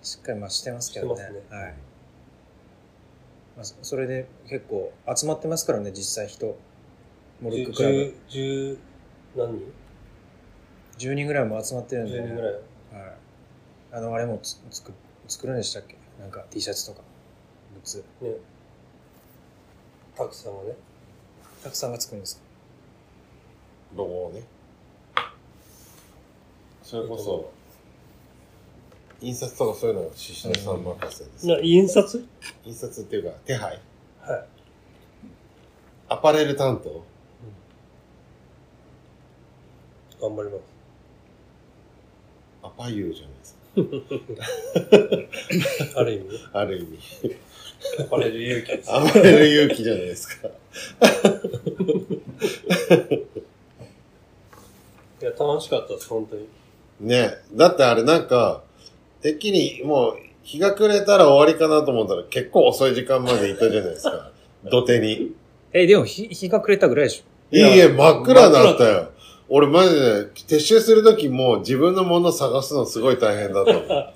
Speaker 3: しっかりまあしてますけどね。
Speaker 1: してます
Speaker 2: い。
Speaker 3: はい。まあ、そそれで結構集まってますからね、実際人。モルッククラブ。
Speaker 1: 十、十、何人
Speaker 3: 10人ぐらいも集まってるんで、
Speaker 1: ?10 人ぐらい。
Speaker 3: はい。あの、あれもつ作作るんでしたっけなんか T シャツとか、グッズ。
Speaker 1: ね。たくさんはね。
Speaker 3: たくさんが作るんですか
Speaker 2: ロゴをね。それこそ、印刷とかそういうのは獅子のさん任せです。
Speaker 1: 印刷
Speaker 2: 印刷っていうか、手配
Speaker 1: は
Speaker 2: アパレル担当
Speaker 1: い。頑張ります。
Speaker 2: アパユーじゃないです
Speaker 1: ある意味ね。
Speaker 2: か。ある意味。
Speaker 1: アパレル勇気です。
Speaker 2: アパレル勇気じゃないですか。
Speaker 1: いや、楽しかったです、本当に。
Speaker 2: ねだってあれなんか、てっきりもう、日が暮れたら終わりかなと思ったら結構遅い時間までいたじゃないです か。土手に。
Speaker 3: え、でも日、日が暮れたぐらいでし
Speaker 2: いやいや、真っ暗だったよ。俺マジで、撤収するときもう自分のもの探すのすごい大変だと思う。
Speaker 3: ょ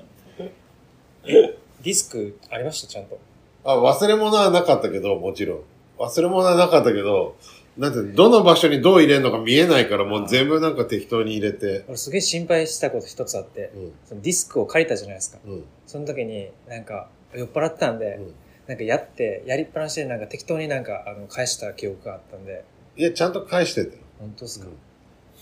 Speaker 3: ディスクありました、ちゃんと。
Speaker 2: あ、忘れ物はなかったけど、もちろん。忘れ物はなかったけど、なんて、どの場所にどう入れるのか見えないから、もう全部なんか適当に入れて。
Speaker 3: 俺すげえ心配したこと一つあって、
Speaker 2: うん。
Speaker 3: そのディスクを借りたじゃないですか。
Speaker 2: うん。
Speaker 3: その時に、なんか、酔っ払ってたんで、
Speaker 2: うん
Speaker 3: なんかやって、やりっぱなしでなんか適当になんか、あの、返した記憶があったんで、
Speaker 2: いや、ちゃんと返してて。
Speaker 3: 本当ですか、
Speaker 2: うん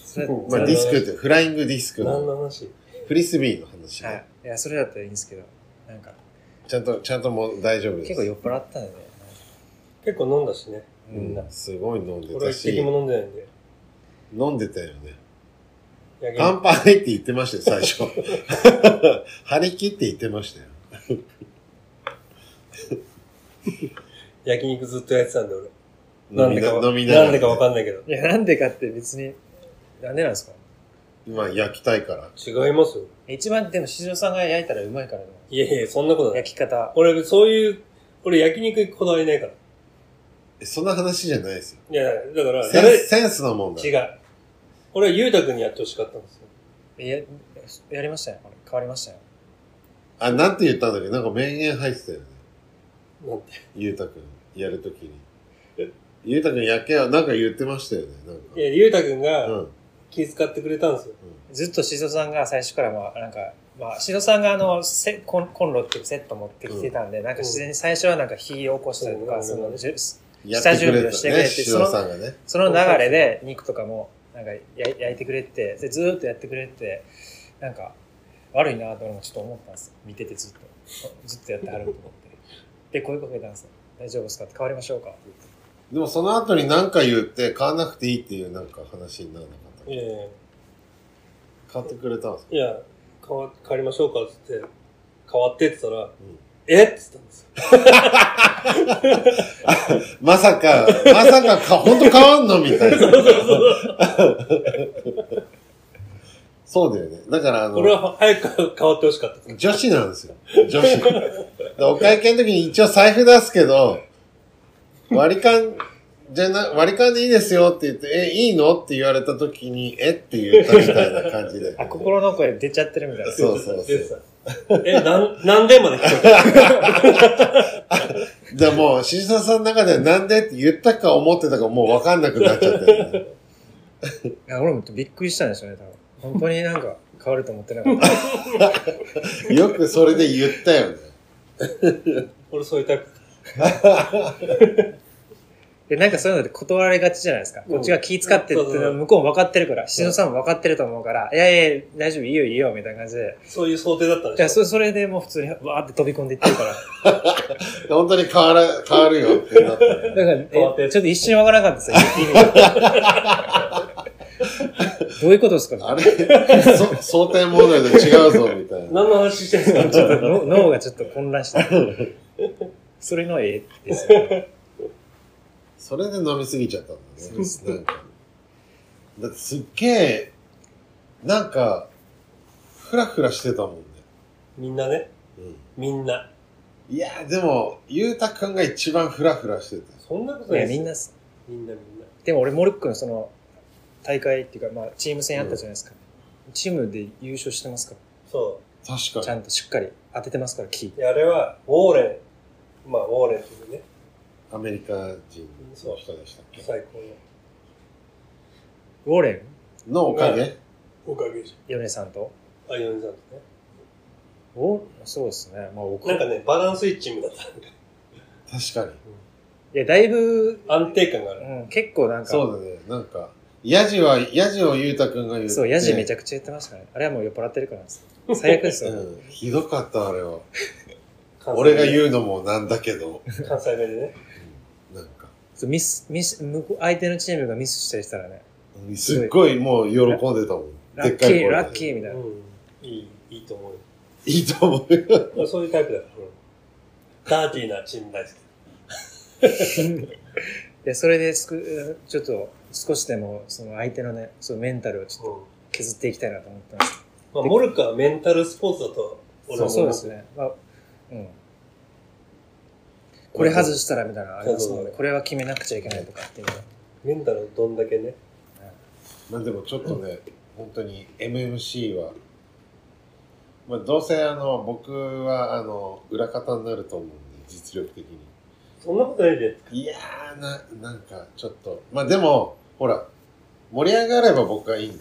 Speaker 3: それ、
Speaker 1: うん
Speaker 2: まあ、ディスクって、フライングディスク
Speaker 1: 何
Speaker 2: の、
Speaker 1: の話
Speaker 2: フリスビーの話、
Speaker 3: はい。いや、それだったらいいんですけど、なんか、
Speaker 2: ちゃんと、ちゃんともう大丈夫です。
Speaker 3: 結構酔っ払ってたんでね。
Speaker 1: 結構飲んだしね。
Speaker 2: う
Speaker 1: みんな。
Speaker 2: ん、すごい飲んで
Speaker 1: 俺
Speaker 2: た
Speaker 1: 一滴
Speaker 2: し、
Speaker 1: も飲んでないんで。
Speaker 2: 飲んでたよね。
Speaker 1: やけ
Speaker 2: 乾
Speaker 1: に
Speaker 2: 杯って言ってましたよ、最初。張り切って言ってましたよ。
Speaker 1: 焼肉ずっとやってたんで、俺。
Speaker 2: 飲
Speaker 1: なん
Speaker 2: み
Speaker 1: でかわ、
Speaker 2: 飲みながら、
Speaker 1: なんでかわかんないけど。
Speaker 3: いや、なんでかって別に、なんでなんですか
Speaker 2: まあ、焼きたいから。
Speaker 1: 違いますよ。
Speaker 3: 一番でも、静さんが焼いたらうまいからね。
Speaker 1: いやいや、そんなことない。
Speaker 3: 焼き方。
Speaker 1: 俺、そういう、俺焼肉にこだわりないから。
Speaker 2: えそんな話じゃないですよ。
Speaker 1: いや、だから、
Speaker 2: セン
Speaker 1: 誰
Speaker 2: ス、センスの問題。
Speaker 1: 違う。俺はゆうたくんにやってほしかったんですよ。
Speaker 3: や、やりましたよ。これ変わりましたよ。
Speaker 2: あ、なんて言ったんだっけなんか名言入ってたよね。
Speaker 1: なんて。
Speaker 2: ゆうたくん、やるときに。ゆうたくんやけはなんか言ってましたよね。なん
Speaker 1: いや、ゆうたくん
Speaker 2: か。う
Speaker 1: が
Speaker 2: ん。
Speaker 1: 気遣ってくれたんですよ。
Speaker 3: ずっとしそさんが最初からまあなんか、まあ、しそさんがあのせコンコンロっていうセット持ってきてたんで、なんか自然に最初はなんか火起こしたりとか、
Speaker 1: うん
Speaker 3: そのじゅ
Speaker 2: やってく
Speaker 3: 下
Speaker 2: れ
Speaker 3: 準備をしたてくれて
Speaker 2: ね、し
Speaker 3: その
Speaker 2: さんがね。
Speaker 3: その流れで肉とかもなんかや焼いてくれててでずーっとやってくれてなんか悪いなと俺もちょっと思ったんですよ見ててずっとずっとやってはると思ってで声かけたんですよ大丈夫ですかって変わりましょうかって言って
Speaker 2: でもその後に何か言って買わなくていいっていうなんか話にならなかった。
Speaker 1: いやいや
Speaker 2: 買ってくれたんですか
Speaker 1: いや、変わ、変わりましょうかって言って、変わってって言ったら、
Speaker 2: ん
Speaker 1: えっって言ったんですよ。
Speaker 2: まさか、まさかか、本当変わんのみたいな。そうだよね。だからあ
Speaker 1: 俺
Speaker 2: の、
Speaker 1: は早く変わってほしかったです。
Speaker 2: 女子なんですよ。女子。だからお会計の時に一応財布出すけど、割り勘じゃな、割り勘でいいですよって言って、え、いいのって言われた時に、えって言ったみたいな感じで。
Speaker 3: あ心の声出ちゃってるみたいな
Speaker 2: そうそうそ
Speaker 1: 出
Speaker 2: う
Speaker 1: て。たえ、なん、何でまで来たか。
Speaker 2: じゃあもう、新ささんの中ではなんでって言ったか思ってたかもう分かんなくなっちゃったよね。
Speaker 3: いや俺もびっくりしたんでしょうね多分本当になんか変わると思ってなかった
Speaker 2: よくそれで言ったよね。
Speaker 1: 俺そういうタイプ。
Speaker 3: でなんかそういうので断られがちじゃないですか、
Speaker 1: うん
Speaker 3: こっちが気遣ってって
Speaker 1: そうそうそう
Speaker 3: 向こうも分かってるからしのさんも分かってると思うから、いやいや大丈夫いいよいいよみたいな感じで
Speaker 1: そういう想定だったん
Speaker 3: いや、
Speaker 1: でしょ。
Speaker 3: そそれでもう普通にわーって飛び込んでいってるから。
Speaker 2: 本当に変わら、変わるよってなったよね。
Speaker 3: だから、え
Speaker 1: 変わってる
Speaker 3: ちょっと一瞬わからなかったですよ意味が。 どういうことですか
Speaker 2: あれそ想定問題と違うぞ、みたいな。
Speaker 1: 何の話してるんです
Speaker 3: ち
Speaker 1: か
Speaker 3: ょっと の脳がちょっと混乱した。 それの絵ですよ。
Speaker 2: それで飲みすぎちゃったんだね。
Speaker 3: そうです
Speaker 2: なんかだってすっげえ、なんか、ふらふらしてたもんね。
Speaker 1: みんなね。
Speaker 2: う
Speaker 1: みんな。
Speaker 2: ん、いや、でも、ゆうたくんが一番ふらふらしてた。
Speaker 1: そんなこと
Speaker 3: い
Speaker 1: ない
Speaker 3: や、
Speaker 1: です
Speaker 3: みんな、
Speaker 1: よ。みんなみんな。
Speaker 3: でも俺、モルックのその、大会っていうか、まあ、チーム戦あったじゃないですか。チームで優勝してますか
Speaker 1: そ
Speaker 2: 確
Speaker 3: ら、ち
Speaker 2: か
Speaker 3: ゃ
Speaker 2: に。
Speaker 3: んとしっかり当ててますから、キー
Speaker 1: う。。で、あれは、ウォーレン。まあ、ウォーレンっていうね、
Speaker 2: アメリカ人の人でしたっけ
Speaker 1: 最高の
Speaker 3: ウォーレン、
Speaker 2: のおかげ、
Speaker 1: おかげでし
Speaker 3: ヨネさんと。
Speaker 1: ょ。あ、ヨネさんとね。
Speaker 3: ウォーそうですね。まあ、僕
Speaker 1: なんかね、バランスいいチームだった。
Speaker 2: 確かに。
Speaker 3: いや、だいぶ、
Speaker 1: 安定感があ
Speaker 3: う
Speaker 1: る。
Speaker 3: ん、結構なんか、
Speaker 2: そうだね。なんか、ヤジは、ヤジをゆうたくんが言って。
Speaker 3: そう、ヤジめち
Speaker 2: ゃ
Speaker 3: ゃくちゃ言ってましたからね。あれはもう酔っ払ってるからなんですよ。最悪ですよ。
Speaker 2: うん。ひどかった、あれは。
Speaker 1: 関西
Speaker 2: 俺が
Speaker 1: う。
Speaker 2: 言うのもなんだけど。
Speaker 1: 関西弁でね。
Speaker 2: なんか、
Speaker 3: そうミス、ミス、向こう相手のチームがミスしたりしたらね、
Speaker 2: すっごいもう喜んでたもん。
Speaker 3: ラッキ
Speaker 2: でっかい
Speaker 3: ー、
Speaker 2: 声
Speaker 3: ラッキーみたいな。
Speaker 1: うん。いい、いいと思うよ。
Speaker 2: いいと思うよ。
Speaker 1: 俺そういうタイプだから、俺もダーティーなチーム大好き。
Speaker 3: で、それですく、ちょっと、少しでも、その相手のね、そのメンタルをちょっと削っていきたいなと思ったんです。
Speaker 1: まあ、モルカはメンタルスポーツだと、俺
Speaker 3: そ
Speaker 1: は
Speaker 3: う
Speaker 1: 思
Speaker 3: そう
Speaker 1: う。
Speaker 3: ですね。まあ、うん。これ外したらみたいなのあります
Speaker 1: そ
Speaker 3: の
Speaker 1: うそ
Speaker 3: で、
Speaker 1: う
Speaker 3: これは決めなくちゃいけないとかっていうのは
Speaker 1: メンタルどんだけね。
Speaker 2: まあでもちょっとね、本当に MMC は、まあどうせあの、僕はあの、裏方になると思うんで、実力的に。
Speaker 1: そんなことないで。
Speaker 2: いやー、な、なんかちょっと、まあでも、ほら、盛り上がれば僕はいいんで。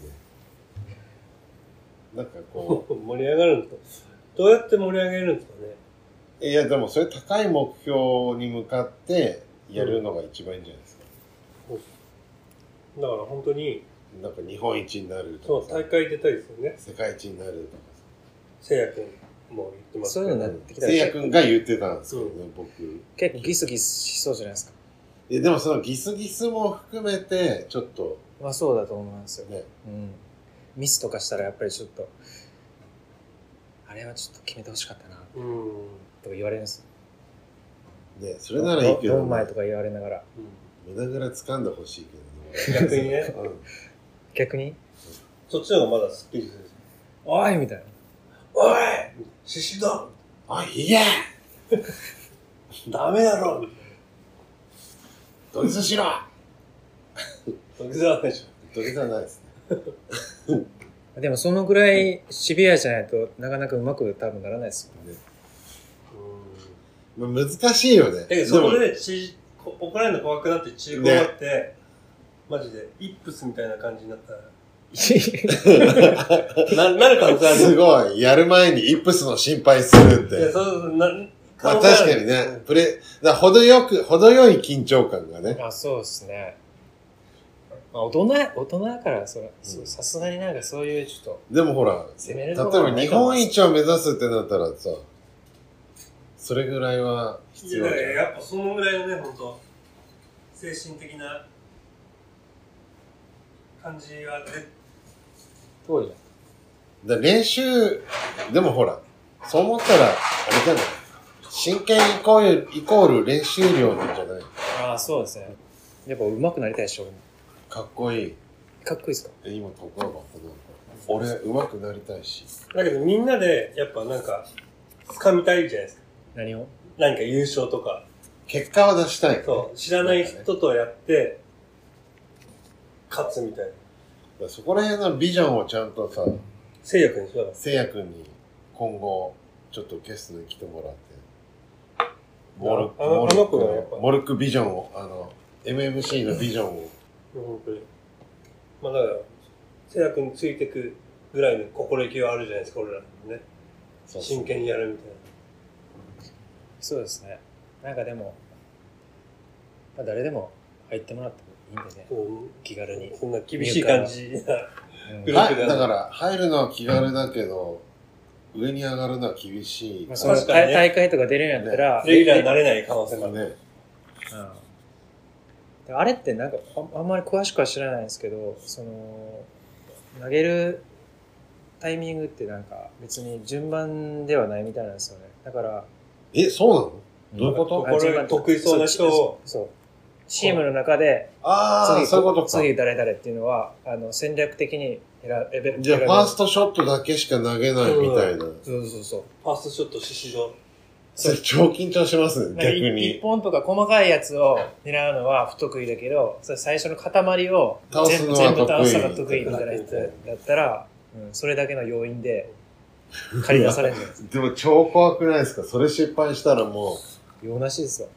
Speaker 2: なんかこう、
Speaker 1: 盛り上がるんですかどうやって盛り上げるんですかね。
Speaker 2: いやでもそれ高い目標に向かってやるのが一番いいんじゃないですか。
Speaker 1: だから本当に、
Speaker 2: なんか日本一になる
Speaker 1: そ
Speaker 2: と
Speaker 1: う、
Speaker 2: か
Speaker 1: 大
Speaker 2: さ、
Speaker 1: 会出たいですよね。
Speaker 2: 世界一になるとかさ。
Speaker 1: せいやくんも言ってます
Speaker 3: そう
Speaker 1: け
Speaker 3: いうの
Speaker 1: ど
Speaker 3: に。なってきたら
Speaker 2: せいやくんが言ってたんですけどね、僕。
Speaker 3: 結構ギスギスしそうじゃないですか。
Speaker 2: え、でもそのギスギスも含めて、ちょっと
Speaker 3: まあそうだと思いますよ。
Speaker 2: ね、
Speaker 3: うん、ミスとかしたらやっぱりちょっとあれはちょっと決めてほしかったな
Speaker 1: うん。うん
Speaker 3: とか言われるんです
Speaker 2: ね、それならいいけ
Speaker 3: ド
Speaker 2: ど、
Speaker 3: ンマイとか言われながら
Speaker 2: 胸ぐら掴んでほしいけどね。
Speaker 1: 逆にね、
Speaker 2: うん
Speaker 3: 逆に
Speaker 1: そっちの方がまだスッキリする。
Speaker 3: 「おい!」みたいな
Speaker 1: おい獅子だ
Speaker 2: あ、いや
Speaker 1: ダメだろ
Speaker 2: 土下座しろ
Speaker 1: 土下座はないでし
Speaker 2: 土下座ないですね。
Speaker 3: でもそのぐらいシビアじゃないとなかなかうまく多分ならないですよ
Speaker 2: ね
Speaker 1: ょ。うん
Speaker 2: まあ、難しいよね。
Speaker 1: だけ
Speaker 2: で
Speaker 1: どそ
Speaker 2: も
Speaker 1: こ、で、し、お怒られるの怖くなって中古になって、マジで、イップスみたいな感じになったら、ななる可能性ある。
Speaker 2: すごい。やる前にイップスの心配するっ
Speaker 1: いや、
Speaker 2: て。
Speaker 1: そうそうそう、
Speaker 2: ま
Speaker 1: な、
Speaker 2: あ
Speaker 1: 可能性
Speaker 2: 確
Speaker 1: る
Speaker 2: かにね、プレ、だから程よく、程よい緊張感がね。
Speaker 3: まあそうですね。まあ大人、大人だから、それ、そうさすがになんかそういうちょっと、
Speaker 2: でもほら、
Speaker 3: 攻め
Speaker 2: 例え
Speaker 3: るところ
Speaker 2: ば日本一を目指すってなったらさ、それぐらいは必
Speaker 1: い
Speaker 2: 要じゃん
Speaker 1: やいや、やっぱそのぐらいのね、本当精神的な感じは絶
Speaker 3: 遠いな。
Speaker 2: だ練習、でもほら、そう思ったら、あれじゃない真剣イコール、イコール練習量なんじゃない
Speaker 3: ああ、そうですね。やっぱ上手くなりたいでしょ、俺も
Speaker 2: かっこいい。
Speaker 3: かっこいいですか
Speaker 2: え今、ところがほど。俺、上手くなりたいし。
Speaker 1: だけどみんなで、やっぱなんか、掴みたいじゃないですか。
Speaker 3: 何を
Speaker 1: 何か優勝とか。
Speaker 2: 結果は出したい。
Speaker 1: そう、知らない人とやって、勝つみたいな。
Speaker 2: だからそこら辺のビジョンをちゃんとさ、
Speaker 1: 制約にしよう
Speaker 2: せいやくんに今後、ちょっとゲストに来てもらって、モルク、
Speaker 1: あの
Speaker 2: モル
Speaker 1: あの子がやっ
Speaker 2: ク
Speaker 1: ぱ
Speaker 2: の、モルクビジョンを、あの、MMC のビジョンを、
Speaker 1: 本当に。まあだから、せやくんについてくぐらいの心意気はあるじゃないですか、俺らもね。
Speaker 2: そうそう
Speaker 1: 真剣にやるみたいな。
Speaker 3: そうですね。なんかでも、まあ誰でも入ってもらってもいいんでね。
Speaker 1: こ
Speaker 3: 気軽に
Speaker 1: う。そんな厳しい感じな。
Speaker 3: うん
Speaker 1: グルー
Speaker 2: は
Speaker 1: プ
Speaker 2: い、
Speaker 1: で
Speaker 2: だから、入るのは気軽だけど、上に上がるのは厳しい。
Speaker 3: まあ、その
Speaker 1: 確かにね
Speaker 3: 大大会とか出れるんやったら、
Speaker 1: レギュラーになれない可能性もある。
Speaker 2: ね、
Speaker 3: うん、あれってなんかああんまり詳しくは知らないんですけどその投げるタイミングってなんか別に順番ではないみたいなんですよねだから
Speaker 2: え、そうなのどういうこと
Speaker 1: と
Speaker 3: あ
Speaker 1: こ
Speaker 3: 順
Speaker 1: れ
Speaker 3: 番
Speaker 1: 得意そうな人を
Speaker 3: そうそうチームの中で
Speaker 2: ああ、
Speaker 3: 次
Speaker 2: そういうことか。
Speaker 3: 次誰々っていうのはあの戦略的に選べ選べる
Speaker 2: じゃあ、ファーストショットだけしか投げないみたいな。
Speaker 3: そうそうそう
Speaker 1: ファーストショット獅子堂。
Speaker 2: それ超緊張しますね、
Speaker 3: なんか
Speaker 2: 逆
Speaker 3: い一
Speaker 2: に。
Speaker 3: 本とか細かいやつを狙うのは不得意だけど、それ最初の塊を
Speaker 2: 倒
Speaker 3: 全
Speaker 2: す
Speaker 3: 部
Speaker 2: のは
Speaker 3: 全部倒すのが得
Speaker 2: 得
Speaker 3: 意
Speaker 2: 意
Speaker 3: みたいな人だったら、うんそれだけの要因で借り出されるんじゃないですか。
Speaker 2: でも超怖くないですかそれ失敗したらも
Speaker 3: 用なしですよ。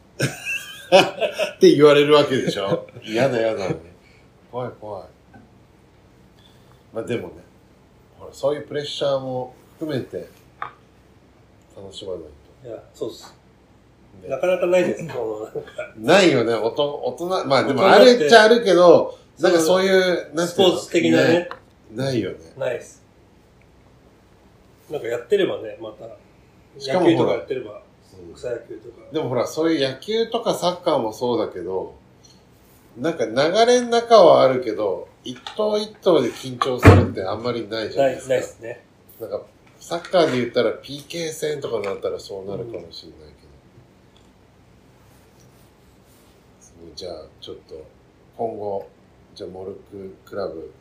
Speaker 2: う、って言われるわけでし ょ嫌だ嫌だ。怖い怖い。まあでもね、ほら、そういうプレッシャーも含めて、楽しまない
Speaker 1: いや、そうっす。
Speaker 2: と。ね
Speaker 1: なかなかないです。この
Speaker 2: ないよね、おと大人、まあでもあ
Speaker 1: 大人って
Speaker 2: るっちゃあるけど、なんかそういう、なん
Speaker 1: ス
Speaker 2: てい
Speaker 1: ポ
Speaker 2: うの
Speaker 1: ーツ的なね、
Speaker 2: ないよね。
Speaker 1: ないです。なんかやってればね、また。
Speaker 2: しか
Speaker 1: 野
Speaker 2: も
Speaker 1: 球
Speaker 2: ほ
Speaker 1: と
Speaker 2: ら
Speaker 1: かやってれば、草野球とか。
Speaker 2: でもほら、そういう野球とかサッカーもそうだけど、なんか流れの中はあるけど、一投一投で緊張するってあんまりないじゃ
Speaker 1: な
Speaker 2: ないいですす
Speaker 1: で、な
Speaker 2: か。
Speaker 1: いですね。
Speaker 2: なんか、サッカーで言ったら PK 戦とかになったらそうなるかもしれないけど。そのじゃあ、ちょっと、今後、じゃあ、モルククラブ、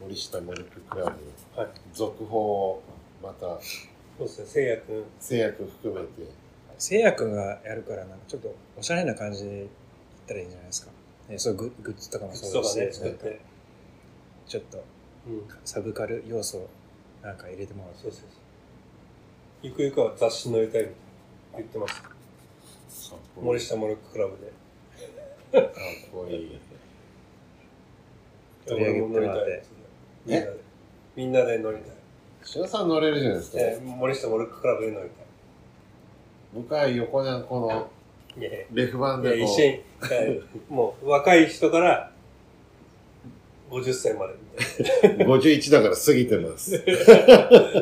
Speaker 2: 森下モルククラブ、
Speaker 1: はい
Speaker 2: 続報を、また、
Speaker 1: そうですね、せいやくん。
Speaker 2: 制約含めて、
Speaker 3: せいやくんがやるから、なんかちょっとおしゃれな感じでいったらいいんじゃないですか。ね、そういうググッズとかも
Speaker 1: 靴と
Speaker 3: そう
Speaker 1: かね、
Speaker 3: で
Speaker 1: 作っ
Speaker 3: す
Speaker 1: て。
Speaker 3: ちょっと
Speaker 1: うん。
Speaker 3: サブカル要素なんか入れてもらう
Speaker 1: そうそうそう。ゆくゆくは雑誌に載りたいみたいな言ってます。森下モルッククラブ
Speaker 2: か
Speaker 1: で。
Speaker 2: っこいい。
Speaker 3: 取り上げてもらって
Speaker 1: みんなで。みんなで乗りたい。
Speaker 2: しさん乗れるじゃないですか。
Speaker 1: えー森下モルッククラブで乗りた
Speaker 2: 僕は横にゃんこの
Speaker 1: い。いやいや
Speaker 2: レフ版
Speaker 1: いや
Speaker 2: で
Speaker 1: 一
Speaker 2: も
Speaker 1: 緒 に、いやもう若い人から50歳までみたい
Speaker 2: 51だから過ぎてます。
Speaker 1: な。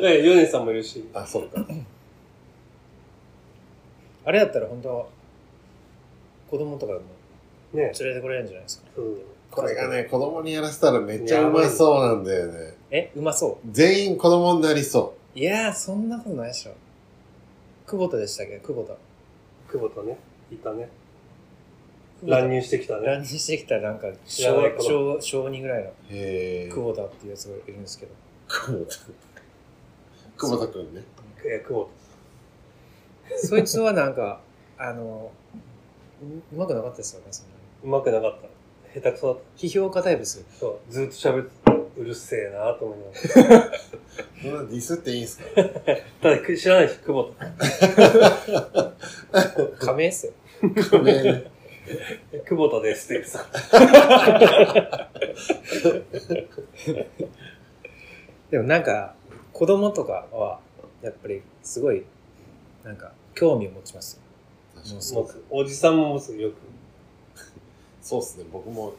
Speaker 1: でヨネさんもいるし、
Speaker 2: あ、そうか。
Speaker 3: あれだったら本当、子供とかでも
Speaker 1: ね
Speaker 3: 連。れてこれるんじゃないですか。
Speaker 1: うん
Speaker 2: これがね、子供にやらせたらめっちゃうまそうなんだよね。
Speaker 3: え、うまそう。
Speaker 2: 全員子供になりそ
Speaker 3: いやー、そんなことないでしょ。久保田でしたっけ久保田。
Speaker 1: 久保田ね、いたね。
Speaker 3: 久保
Speaker 1: 乱
Speaker 3: 田
Speaker 1: 入してきた
Speaker 3: 乱
Speaker 1: ね。
Speaker 3: 入してきたなんか
Speaker 1: 知らない
Speaker 3: 小、
Speaker 1: 頃
Speaker 3: 小、小二ぐらいの
Speaker 2: う。へぇー。
Speaker 3: 久保田っていうやつがいるんですけど。
Speaker 2: 久保田。久保田くんね。
Speaker 1: いや久保
Speaker 3: そいつはなんか、 あの、ううまくなかったですよね、そんなに。
Speaker 1: 田。うまくなかった。下手くそだっ
Speaker 3: 批評家タイプですよ。
Speaker 1: た。そう。ずっと喋ってた。うるせえなと思いながら。
Speaker 2: そんなディスっていいん すか
Speaker 1: ただ、く知らないし、久保田。
Speaker 3: 仮名っすよ。
Speaker 2: これね、
Speaker 1: え久保田ですってさ。
Speaker 3: でもなんか、子供とかは、やっぱりすごい、なんか、興味を持ちますよ。ものす
Speaker 1: も
Speaker 3: ごく。
Speaker 1: うおじさんも持つよく。
Speaker 2: そうっすね、僕も。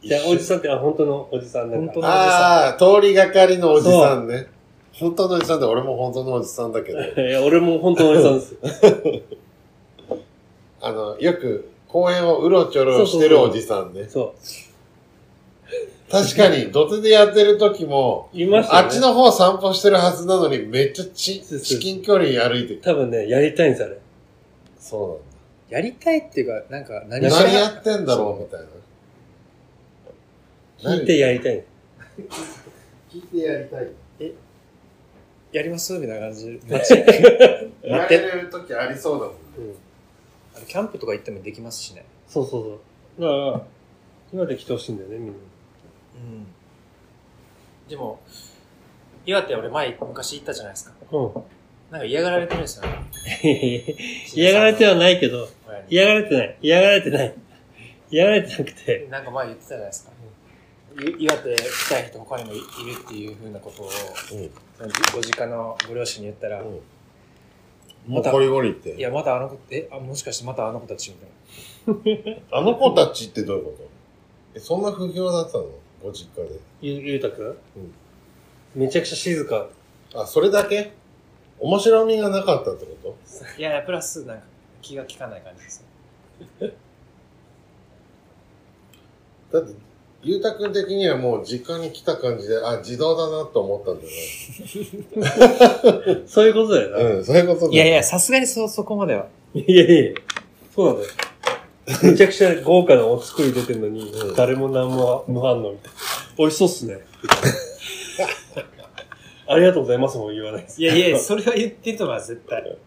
Speaker 1: いや、おじさんって、あ、本当のおじさんだから。
Speaker 3: 本当の
Speaker 2: ああ、通りがかりのおじさんね。本当のおじさんって俺も本当のおじさんだけど、
Speaker 1: いや、俺も本当のおじさんです。
Speaker 2: あの、よく公園をうろちょろしてるおじさんね。
Speaker 1: そう。
Speaker 2: 確かに、土手でやってる時 も、
Speaker 1: いました
Speaker 2: あ
Speaker 1: よね。
Speaker 2: っちの方至近距離散歩してるはずなのに、めっちゃち、
Speaker 1: そうそう
Speaker 2: 至近距離歩いてる。
Speaker 1: 多分ね、やりたいんです、あれ。
Speaker 2: そ
Speaker 3: やりたいっていうか、なんか
Speaker 2: う
Speaker 3: 何
Speaker 2: なん
Speaker 3: し
Speaker 2: だ。
Speaker 3: ら
Speaker 2: 何やってんだろうみたいな。
Speaker 1: 聞いてやりたい。
Speaker 2: 聞いてやりたい。
Speaker 3: やりますみたいな感じで。
Speaker 2: やられる時ありそうだもん。
Speaker 1: うん
Speaker 3: あのキャンプとか行ってもできますしね。
Speaker 1: そうそうそう。だから、今で来てほしいんだよね、みんな。
Speaker 3: うん。でも、岩手俺前昔行ったじゃないですか。
Speaker 1: うん。
Speaker 3: なんか嫌がられてるんですよね。
Speaker 1: 嫌がられてはないけど、
Speaker 3: 親に
Speaker 1: 嫌がられてない。嫌がられてない。嫌がられてなくて。
Speaker 3: なんか前言ってたじゃないですか。い岩手来たい人他にもいいるっていうふうなことを、ご実家のご両親に言ったら、
Speaker 2: もうゴリゴリっ
Speaker 3: い
Speaker 2: て。
Speaker 3: や、まだあの子、え、あもしかしてまたあの子たちみたいな。
Speaker 2: あの子たちってどういうことえ、そんな不評だったのご実家で。
Speaker 1: ゆ、ゆうたくん
Speaker 2: うん
Speaker 1: めちゃくちゃ静か。
Speaker 2: あ、それだけ面白みがなかったってこ
Speaker 3: いやいや、プラス、なんか気が利かない感じですよ。
Speaker 2: とだって、ゆうたくん的にはもう実家に来た感じで、あ、自動だなと思ったんだよ
Speaker 1: そういうことだよな。
Speaker 2: ね。うん、そういうことだ
Speaker 3: いやいや、さすがにそ、そこまでは。
Speaker 1: いやいやそうなんだよ。 めちゃくちゃ豪華なお作り出てるのに、
Speaker 2: うん
Speaker 1: 誰も何も無反応みたいな。美味しそうっすね。みたいな ありがとうございますも言わないです。
Speaker 3: いやいや、それは言ってとは絶対。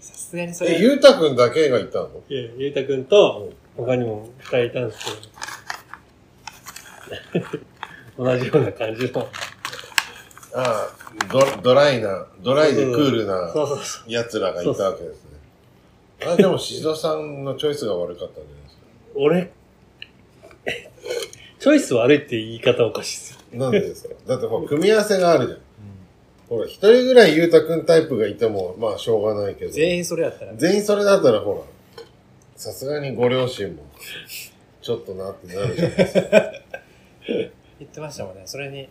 Speaker 3: さすがにそれ
Speaker 2: え、
Speaker 3: は。
Speaker 2: ゆうたくんだけがいたの
Speaker 1: いや、ゆうたくんと、他にも二人いたんですけど。同 じような感じの。
Speaker 2: ああド、ドライな、ドライでクールな
Speaker 1: そうそうそ
Speaker 2: 奴らがいたわけですね。あ、でも、しぞさんのチョイスが悪かったんじゃないですか。
Speaker 1: う。俺、チョイス悪いって言い方おかしいっすよ。
Speaker 2: なんでですか だってほら、組み合わせがあるじゃん。ほら、一人ぐらいゆうたくんタイプがいても、まあ、しょうがないけど。
Speaker 3: 全員それやったら。
Speaker 2: 全員それだったらほら、さすがにご両親も、ちょっとなってなるじゃないですか。
Speaker 3: 言ってましたもんね。それに、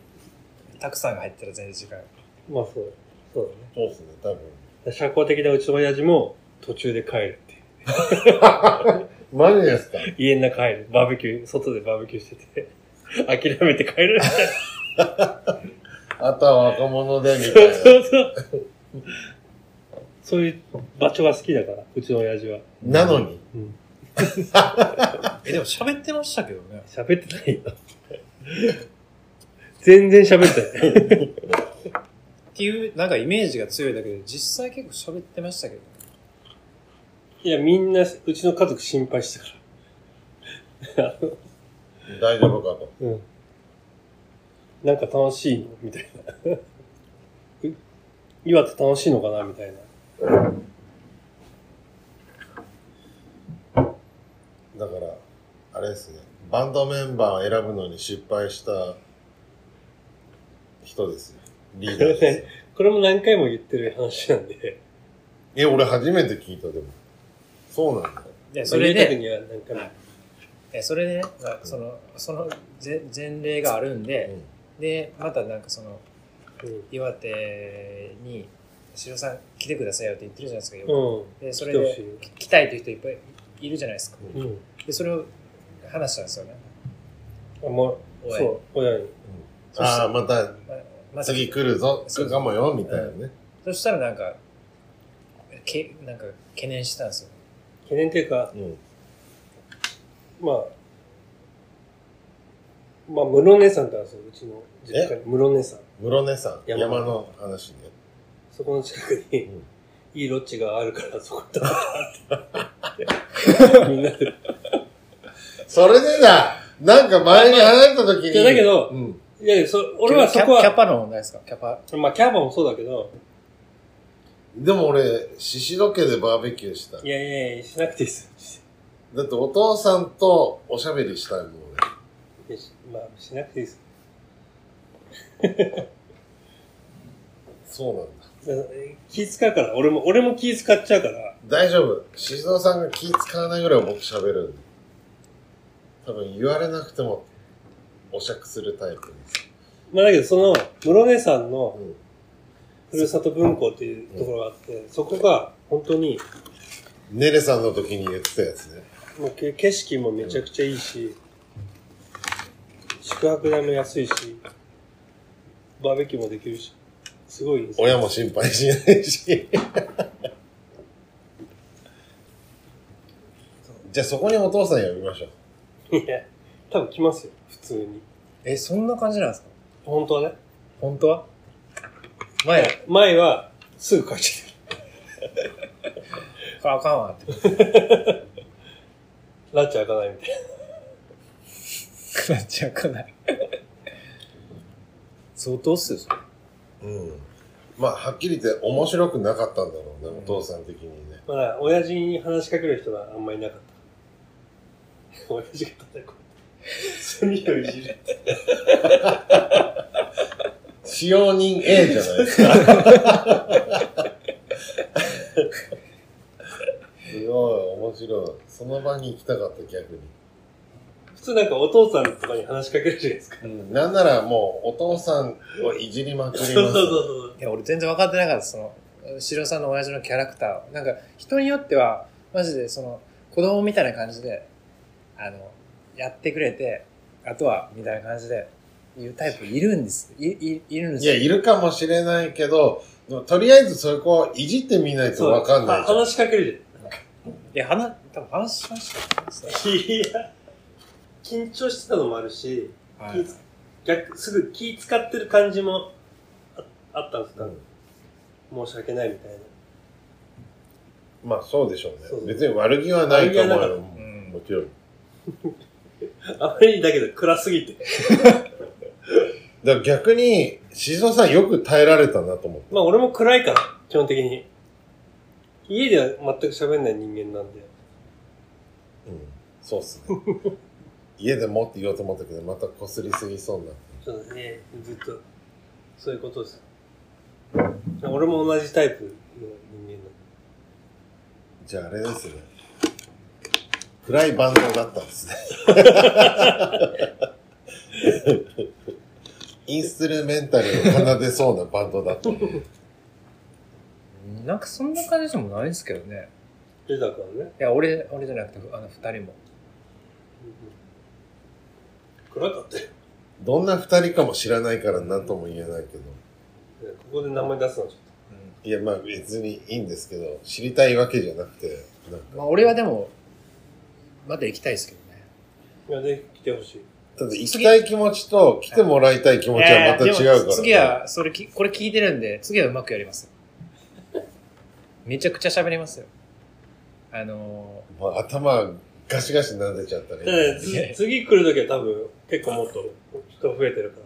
Speaker 3: たくさんが入ったら全然時間。
Speaker 1: まあそう。そうだ
Speaker 2: そ
Speaker 1: ね。
Speaker 2: うですね、多分。
Speaker 1: 社交的なうちの親父も途中で帰るっていう。
Speaker 2: マジですか
Speaker 1: 家の中帰る。バーベキュー、外でバーベキューして て。諦めて帰るみたい
Speaker 2: あとは若者で、み
Speaker 1: な。
Speaker 2: た
Speaker 1: そ
Speaker 2: いう
Speaker 1: そう。そういう場所が好きだから、うちの親父は。
Speaker 2: な。なのに。
Speaker 1: うん。
Speaker 3: え、でも喋ってましたけどね。
Speaker 1: 喋ってないよ。全然喋ってない。
Speaker 3: っていう、なんかイメージが強いだけで、実際結構喋ってましたけどね。
Speaker 1: いや、みんな、うちの家族心配してたか
Speaker 2: 大丈夫かと。
Speaker 1: ら。うん。なんか楽しいのみたいな。 う岩手楽しいのかなみたいな。
Speaker 2: だから、あれですね。バンドメンバーを選ぶのに失敗した人ですよ。リーダーですよ。
Speaker 1: これも何回も言ってる話なんで。
Speaker 2: え、俺初めて聞いた、でも。そうなんだ。
Speaker 3: で、それ
Speaker 1: まあ
Speaker 3: で、
Speaker 1: 言いたくには何回も。
Speaker 3: えそれでね、まあその、その前前例があるんで、で、またなんかその、
Speaker 1: うん
Speaker 3: 岩手に、白さん来てくださいよって言ってるじゃないですか、よく
Speaker 1: うん。
Speaker 3: で、それ
Speaker 1: 来てほし
Speaker 3: で、
Speaker 1: い
Speaker 3: 来たいという人いっぱいいるじゃないですか。
Speaker 2: うん。うん。
Speaker 1: うん。
Speaker 3: で、それを話したんですよね。
Speaker 1: あ、もう、
Speaker 3: おい
Speaker 1: そう、親に。
Speaker 2: ああ、また
Speaker 3: ままず
Speaker 2: 次来るぞ、来るかもよ、みたいなね。
Speaker 3: そしたらなんか、けなんか懸念したんですよ。
Speaker 1: 懸念っていうか、
Speaker 2: うん。
Speaker 1: まあ、まあ、室根さんってあるんですよ、うちの実家に。室根さん。
Speaker 2: 室根さん、
Speaker 1: 山
Speaker 2: 山の話ね。
Speaker 1: そこの近くに
Speaker 2: うん、
Speaker 1: いいロッジがあるから、そこだ って。みんなで。い
Speaker 2: それでだなんか前に話した時に。
Speaker 1: いやだけど
Speaker 2: うん。
Speaker 1: やいや、そ俺はそこ
Speaker 3: キャキャ
Speaker 1: は、
Speaker 3: パの問題ですかキャパ。
Speaker 1: まあ、キャバもそうだけど、
Speaker 2: でも俺、獅子ロケでバーベキューした
Speaker 1: い。やいやいや、しなくていいです。
Speaker 2: だってお父さんとおしゃべりしたいもんね。
Speaker 1: いやしまあ、しなくていいです。
Speaker 2: そうなんだ。
Speaker 1: だから気使うから、俺も、俺も気使っちゃうから、
Speaker 2: 大丈夫。静蔵さんが気使わないぐらい僕喋るんで。多分言われなくても、お酌するタイプです。
Speaker 1: まあだけどその、室根さんの
Speaker 2: うん。
Speaker 1: ふるさと文庫っていうところがあって、そこが本当に、
Speaker 2: ネレさんの時に言ってたやつね。
Speaker 1: もうけ景色もめちゃくちゃいいし、宿泊代も安いし、バーベキューもできるし、すごいですよ
Speaker 2: 親も心配しない し。じゃあそこにお父さん呼びましょう。
Speaker 1: いや、多分来ますよ、普通に。
Speaker 3: え、そんな感じなんですか
Speaker 1: 本当はね。
Speaker 3: 本当は前、
Speaker 1: 前は、すぐ帰っちゃっ
Speaker 3: ああかんわって。
Speaker 1: た。ラッチ開かないみた い
Speaker 3: なっちゃうかない。相当っすよ、それ
Speaker 2: うん。まあ、はっきり言って面白くなかったんだろうね、お父さん的にね。
Speaker 1: な。まだ、親父に話しかける人があんまりいなかった。親父が叩く。炭をいじる。
Speaker 2: 使用人 A じゃないです か。すごい、面白い。その場に行きたかった、逆に。
Speaker 1: 普通なんかお父さんとかに話しかけるじゃないですか。
Speaker 2: うん。なんならもう、お父さんをいじりまくり
Speaker 1: そ
Speaker 2: ま
Speaker 1: う
Speaker 2: す。
Speaker 1: そうそう
Speaker 3: いや、俺全然分かってなかった、その、シロさんの親父のキャラクターを。なんか、人によっては、マジで、その、子供みたいな感じで、あの、やってくれて、あとは、みたいな感じで、いうタイプいるんです。い、い、いるんです
Speaker 2: いや、いるかもしれないけど、でもとりあえずそこをいじってみない
Speaker 1: そ
Speaker 2: と
Speaker 1: う。
Speaker 2: わかんないじゃん。
Speaker 1: 話しかけるじゃん。
Speaker 3: いや、話、多分話しましたよね
Speaker 1: いや、緊張してたのもあるし、
Speaker 3: は
Speaker 1: 気逆、すぐ気使ってる感じもああったんですか、申し訳ないみたいな。
Speaker 2: まあ、そうでしょうね。
Speaker 1: そう
Speaker 2: 別に悪気はないと思う
Speaker 1: 悪
Speaker 2: よ。
Speaker 3: いうん
Speaker 2: もちろん。
Speaker 1: あまりだけど暗すぎて。
Speaker 2: だから逆に、静蔵さんよく耐えられたなと思って。
Speaker 1: まあ俺も暗いから、基本的に。家では全く喋んない人間なんで。
Speaker 2: うん、そうっすね。 家でもって言おうと思ったけど、また擦りすぎそうになって。
Speaker 1: そうですね、ずっと。そういうことです。俺も同じタイプの人間なんで。
Speaker 2: じゃああれですね。暗いバンドだったんです ね。インストゥルメンタルを奏でそうなバンドだった。
Speaker 3: い。なんか、そんな感じでもないんですけどね。
Speaker 1: 出たからね。
Speaker 3: いや、俺、俺じゃなくて、あの、二人も。
Speaker 1: 暗かったよ。
Speaker 2: どんな二人かも知らないから何とも言えないけど。
Speaker 1: ここで名前出すのはちょっ
Speaker 2: いや、まあ別にいいんですけど、知りたいわけじゃなくて、なんか。
Speaker 3: まあ、俺はでも、まだ行きたいですけどね。
Speaker 1: と。いや、ぜひ来てほしい。
Speaker 2: ただ行きたい気持ちと来てもらいたい気持ちはまた違うか
Speaker 3: いやいや
Speaker 2: ら、
Speaker 3: でも次。は、それき、これ聞いてるんで、次はうまくやります。 めちゃくちゃ喋りますよ。あの
Speaker 2: まあ、頭ガシガシ撫でちゃった
Speaker 1: ただ
Speaker 2: ね
Speaker 1: ね、。つ次来るときは多分結構もっと人増えてるか
Speaker 3: ー、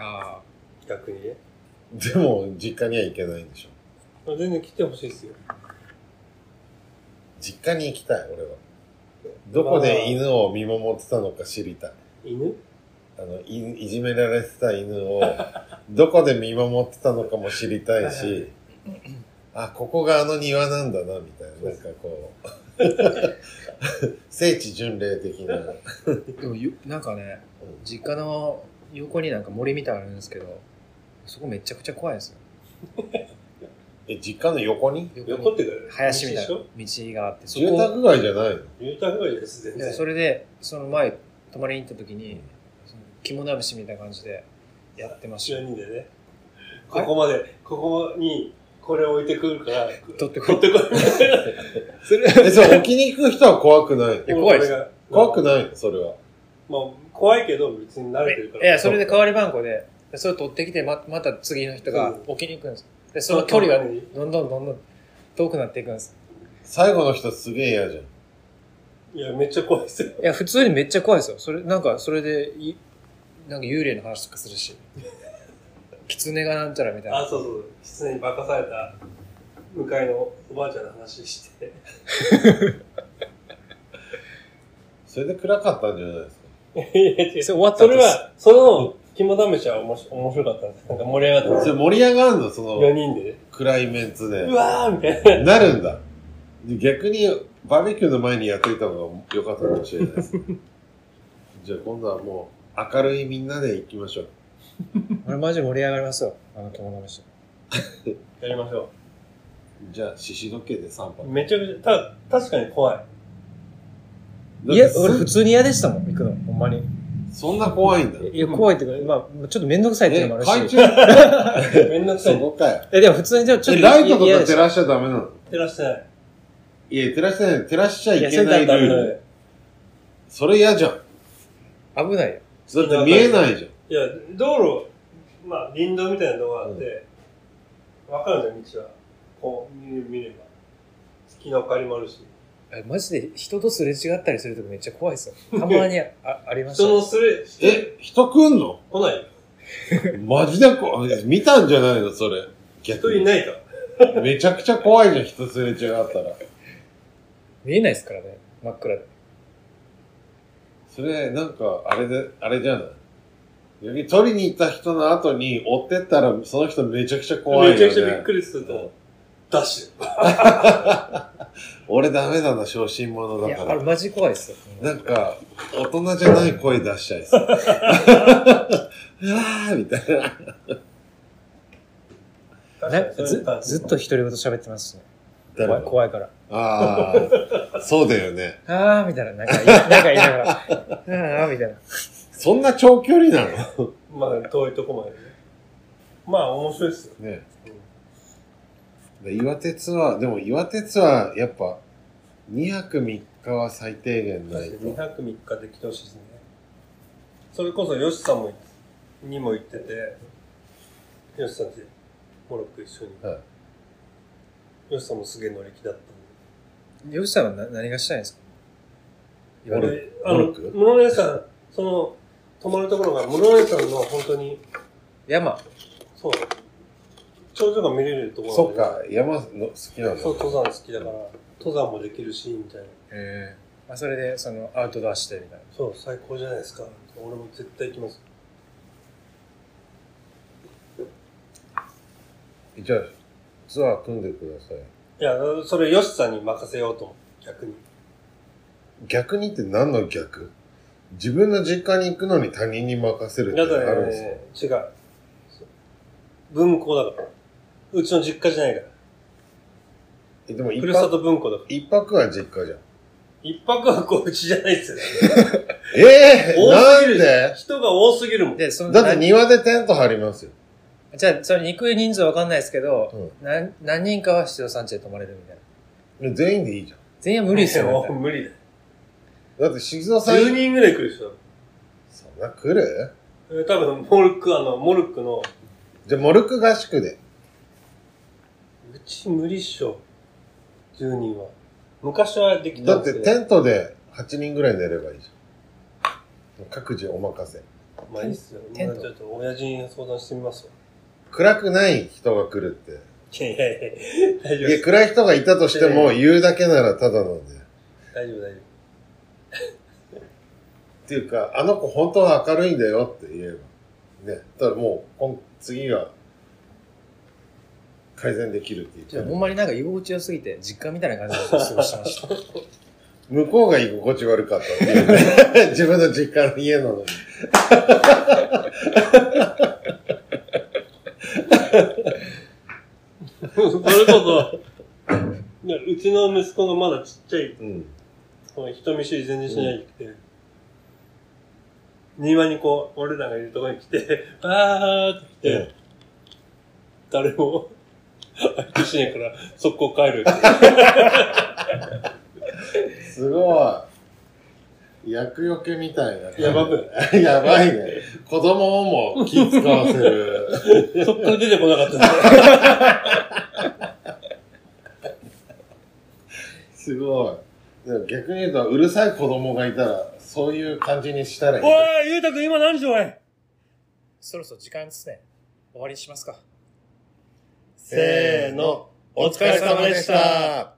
Speaker 3: あ
Speaker 1: ら、逆にね。
Speaker 2: でも、実家には行けないんでしょ。
Speaker 1: まあ全然来てほしいですよ。
Speaker 2: 実家に行きたい、俺は。どこで犬を見守ってたのか知りたい。
Speaker 1: 犬
Speaker 2: あの、いいじめられてた犬 を、どこで見守ってたのかも知りたいし、あ、ここがあの庭なんだな、みたいな。なんかこう、 聖地巡礼的な。
Speaker 3: あ、でもよ、なんかね、実家の横になんか森みたいなのあるんですけど、そこめちゃくちゃ怖いんですよ。
Speaker 2: え、実家の横に
Speaker 3: 横に
Speaker 1: 横ってから
Speaker 3: 林みたいな
Speaker 1: 道
Speaker 3: 道があって、そ
Speaker 2: 住
Speaker 3: こ、
Speaker 2: 宅街じゃないの
Speaker 1: でしょ住宅街です、全
Speaker 3: いや
Speaker 1: 然。
Speaker 3: それで、その前、泊まりに行った時に、
Speaker 2: うん
Speaker 3: その肝試しみたいな感じでやってましたよ
Speaker 1: 4。人でね。ここまで、ここにこれを置いてくるから、
Speaker 3: 取ってこい
Speaker 1: 取ってこい。
Speaker 3: それ
Speaker 2: え、それ置きに行く人は怖くない
Speaker 3: や怖いです
Speaker 1: 俺が
Speaker 2: 怖くないのそれは。
Speaker 1: まあ、怖いけど別に慣れてるから。
Speaker 3: いや、それで代わり番号で、それ取ってきて、ま、また次の人が
Speaker 1: うん
Speaker 3: 置きに行くんです。で、その距離がどんどんどんどん遠くなっていくんです。
Speaker 2: 最後の人すげえ嫌じゃん。
Speaker 1: いや、めっちゃ怖いですよ。
Speaker 3: いや、普通にめっちゃ怖いですよ。それ、なんか、それで、い、なんか幽霊の話とかするし。 狐がなんちゃらみたい
Speaker 1: あ、
Speaker 3: な。
Speaker 1: そうそう。狐に化かされた向かいのおばあちゃんの話して。
Speaker 2: それで暗かったんじゃないですか。
Speaker 1: いや違う
Speaker 3: それ終わった
Speaker 1: そ
Speaker 3: 後
Speaker 1: れは、その、肝試しはおもし面白かったんです。なんか盛り上がったん
Speaker 2: そ
Speaker 1: で
Speaker 2: れ盛り上がるの、そ
Speaker 1: す4
Speaker 2: の
Speaker 1: 人で。
Speaker 2: 暗いメンツで
Speaker 1: う。わーみたいな。
Speaker 2: なるんだ。逆に、バーベキューの前にやっといた方が良かったかもしれない ですね。じゃあ今度はもう、明るいみんなで行きましょう。
Speaker 3: 俺マジ盛り上がりますよ。あの友達
Speaker 1: やりましょ
Speaker 2: じゃあ、獅子時計で3
Speaker 1: う。
Speaker 2: 番。
Speaker 1: めちゃくちゃ、た、確かに怖い。
Speaker 3: と。いや、
Speaker 2: そ
Speaker 3: 俺普通に嫌でしたもん、行くの。ほんまに。
Speaker 2: そんな怖いんだ。
Speaker 3: いや、怖いっていうか、まあ、ちょっとめんどくさいっていう
Speaker 2: え
Speaker 3: のも、あ
Speaker 2: 懐
Speaker 3: るし。
Speaker 2: 中
Speaker 1: めんどくさ
Speaker 2: そ
Speaker 1: い。
Speaker 2: こかよ。
Speaker 3: え、でも普通にじゃあちょっ
Speaker 2: え、
Speaker 3: と。
Speaker 2: ライトと
Speaker 3: 嫌
Speaker 2: か
Speaker 3: でし
Speaker 2: 照
Speaker 3: た
Speaker 2: らしちゃダメなの
Speaker 1: 照らしてない。
Speaker 2: いや、照らしてない。照らしちゃい
Speaker 3: いや
Speaker 2: け
Speaker 3: それ
Speaker 2: ないル
Speaker 1: ダ
Speaker 2: ー
Speaker 1: メ
Speaker 2: ル。
Speaker 1: だ
Speaker 2: それ嫌じゃん。だ
Speaker 3: 危ないよ。
Speaker 2: って見えないじゃん。
Speaker 1: いや、道路、まあ、林道みたいなのがあって、わ、かるんだよ、道は。こう、見れ見れば。月の明かりもあるし。
Speaker 3: えマジで人とすれ違ったりするときめっちゃ怖いですよ。たま にああありました
Speaker 1: 人
Speaker 3: よ。
Speaker 1: のすれ、
Speaker 2: え、人来んの
Speaker 1: 来ない
Speaker 2: マジでこ見たんじゃないのそれ。逆
Speaker 1: 人い
Speaker 2: に。
Speaker 1: ないから。
Speaker 2: めちゃくちゃ怖いじゃん、人すれ違ったら。
Speaker 3: 見えないですからね。真っ暗で。
Speaker 2: それ、なんか、あれで、あれじゃない逆に取りに行った人の後に追ってったら、その人めちゃくちゃ怖いよ、ね。
Speaker 1: めちゃくちゃびっくりすると、
Speaker 2: うん
Speaker 1: ダッシュ。
Speaker 2: 俺ダメだな、小心者
Speaker 3: い
Speaker 2: だ
Speaker 3: や、
Speaker 2: か
Speaker 3: あれ
Speaker 2: ら。
Speaker 3: マジ怖いですよ。
Speaker 2: なんか、大人じゃない声出しちゃい そう。う わーみたいな。
Speaker 3: な
Speaker 1: 確かにそうい
Speaker 3: ず
Speaker 1: う感じ
Speaker 3: ずっと独り言喋ってますしね。
Speaker 2: 誰
Speaker 3: 怖い
Speaker 2: も
Speaker 3: 怖いから。
Speaker 2: ああ、そうだよね。
Speaker 3: あーみたいな、なんか言い、なんか言いながら、あ ーみたいな。
Speaker 2: そんな長距離なの
Speaker 1: まあ、遠いとこまでね。まあ、面白いっすよ。
Speaker 2: ね。で岩鉄は、でも岩鉄は、やっぱ、2泊3日は最低限ない
Speaker 1: 2
Speaker 2: と。
Speaker 1: 泊3日で来てほしいですね。それこそ、ヨシさんも、にも行ってて、ヨシさんち、モロッコ一緒に。
Speaker 2: はい
Speaker 1: ヨシさんもすげえ乗り気だったんで。
Speaker 3: ヨシさんはな何がしたいんですか
Speaker 1: モ
Speaker 2: モ
Speaker 1: ロ
Speaker 2: ロ
Speaker 1: ッ
Speaker 2: モロック
Speaker 1: 室根さん、その、泊まるところが、室根さんの本当に、
Speaker 3: 山。
Speaker 1: そう、頂上が見れるところ
Speaker 2: そっ
Speaker 1: なん
Speaker 2: か、山の好きなんだ。
Speaker 1: でそう、登山好きだから、登山もできるし、みたいな。
Speaker 3: えーまあ、それで、その、アウトドアしてみたいな。
Speaker 1: そう、最高じゃないですか。俺も絶対行きます。
Speaker 2: じゃあ、ツアー組んでください。
Speaker 1: いや、それ、ヨシさんに任せようと思う、逆に。
Speaker 2: 逆にって何の逆自分の実家に行くのに他人に任せるって
Speaker 1: だ
Speaker 2: あ
Speaker 1: から
Speaker 2: るんですよ。
Speaker 1: ね、違う。文庫だから。うちの実家じゃないから。
Speaker 2: えでも一
Speaker 1: ふるさ
Speaker 2: 泊、
Speaker 1: と文庫だから。
Speaker 2: 一泊は実家じゃん。
Speaker 1: 一泊はこううちじゃないですよ。
Speaker 2: ええ
Speaker 1: 多
Speaker 2: な
Speaker 1: すぎ
Speaker 2: ん
Speaker 1: る
Speaker 2: で
Speaker 1: 人が多すぎるもん。
Speaker 3: で、その、
Speaker 2: だって庭でテント張りますよ。
Speaker 3: なじゃあ、それ肉人数わかんないですけど、
Speaker 2: う
Speaker 3: なん、何人かは七条山地で泊まれるみたいな。
Speaker 2: 全員でいいじゃん。
Speaker 3: 全員は無理ですよ、
Speaker 1: も
Speaker 3: だっ
Speaker 1: う
Speaker 3: たら
Speaker 1: 無理だ。
Speaker 2: だって静岡さん、
Speaker 1: 10人ぐらい来るでしょ。
Speaker 2: そんな来る
Speaker 1: えー多分、モルック、あの、モルックの、
Speaker 2: じゃあモルク合宿で。
Speaker 1: うち無理っしょ。10人は。昔はできた
Speaker 2: だ
Speaker 1: ん
Speaker 2: っ
Speaker 1: です
Speaker 2: て
Speaker 1: けど。
Speaker 2: テントで8人ぐらい寝ればいいじゃん。各自お任せ。
Speaker 1: まあいいっすよ。
Speaker 3: テント
Speaker 1: まあちょっと、親父に相談してみますわ。
Speaker 2: 暗くない人が来るって。
Speaker 1: いやいやいや、大丈夫
Speaker 2: い
Speaker 1: で
Speaker 2: や、
Speaker 1: す。
Speaker 2: 暗い人がいたとしても言うだけならただなんで。
Speaker 1: 大丈夫、大丈
Speaker 2: っていうか、あの子本当は明るいんだよって言えば。ね。ただもう、今次は、改善できるって言っ
Speaker 3: じ
Speaker 2: て
Speaker 3: ゃあ、
Speaker 2: る
Speaker 3: ほんまになんか居心地良すぎて、実家みたいな感じで過ごしてました。
Speaker 2: 向こうが居心地悪かったっていうね。自分の実家の家なのに。
Speaker 1: 夫。 それこそ、いやうちの息子がまだちっちゃい、
Speaker 2: うん。
Speaker 1: この人見知り全然しないくて、庭にこう、俺らがいるところに来て、 あーって来て、
Speaker 2: うん
Speaker 1: 誰も、 相手しないから、速攻帰る。
Speaker 2: すごい。厄除けみたいな。
Speaker 1: やばくない
Speaker 2: い。 やばいね。子供をも気使わせる。
Speaker 1: そこに出てこなかったです
Speaker 2: すごい。でも逆に言うと、うるさい子供がいたら、そういう感じにしたらいい。
Speaker 1: おい、ゆうたくん今何時おい
Speaker 3: そろそろ時間ですね。終わりにしますか。
Speaker 2: せーの。お疲れ様でした。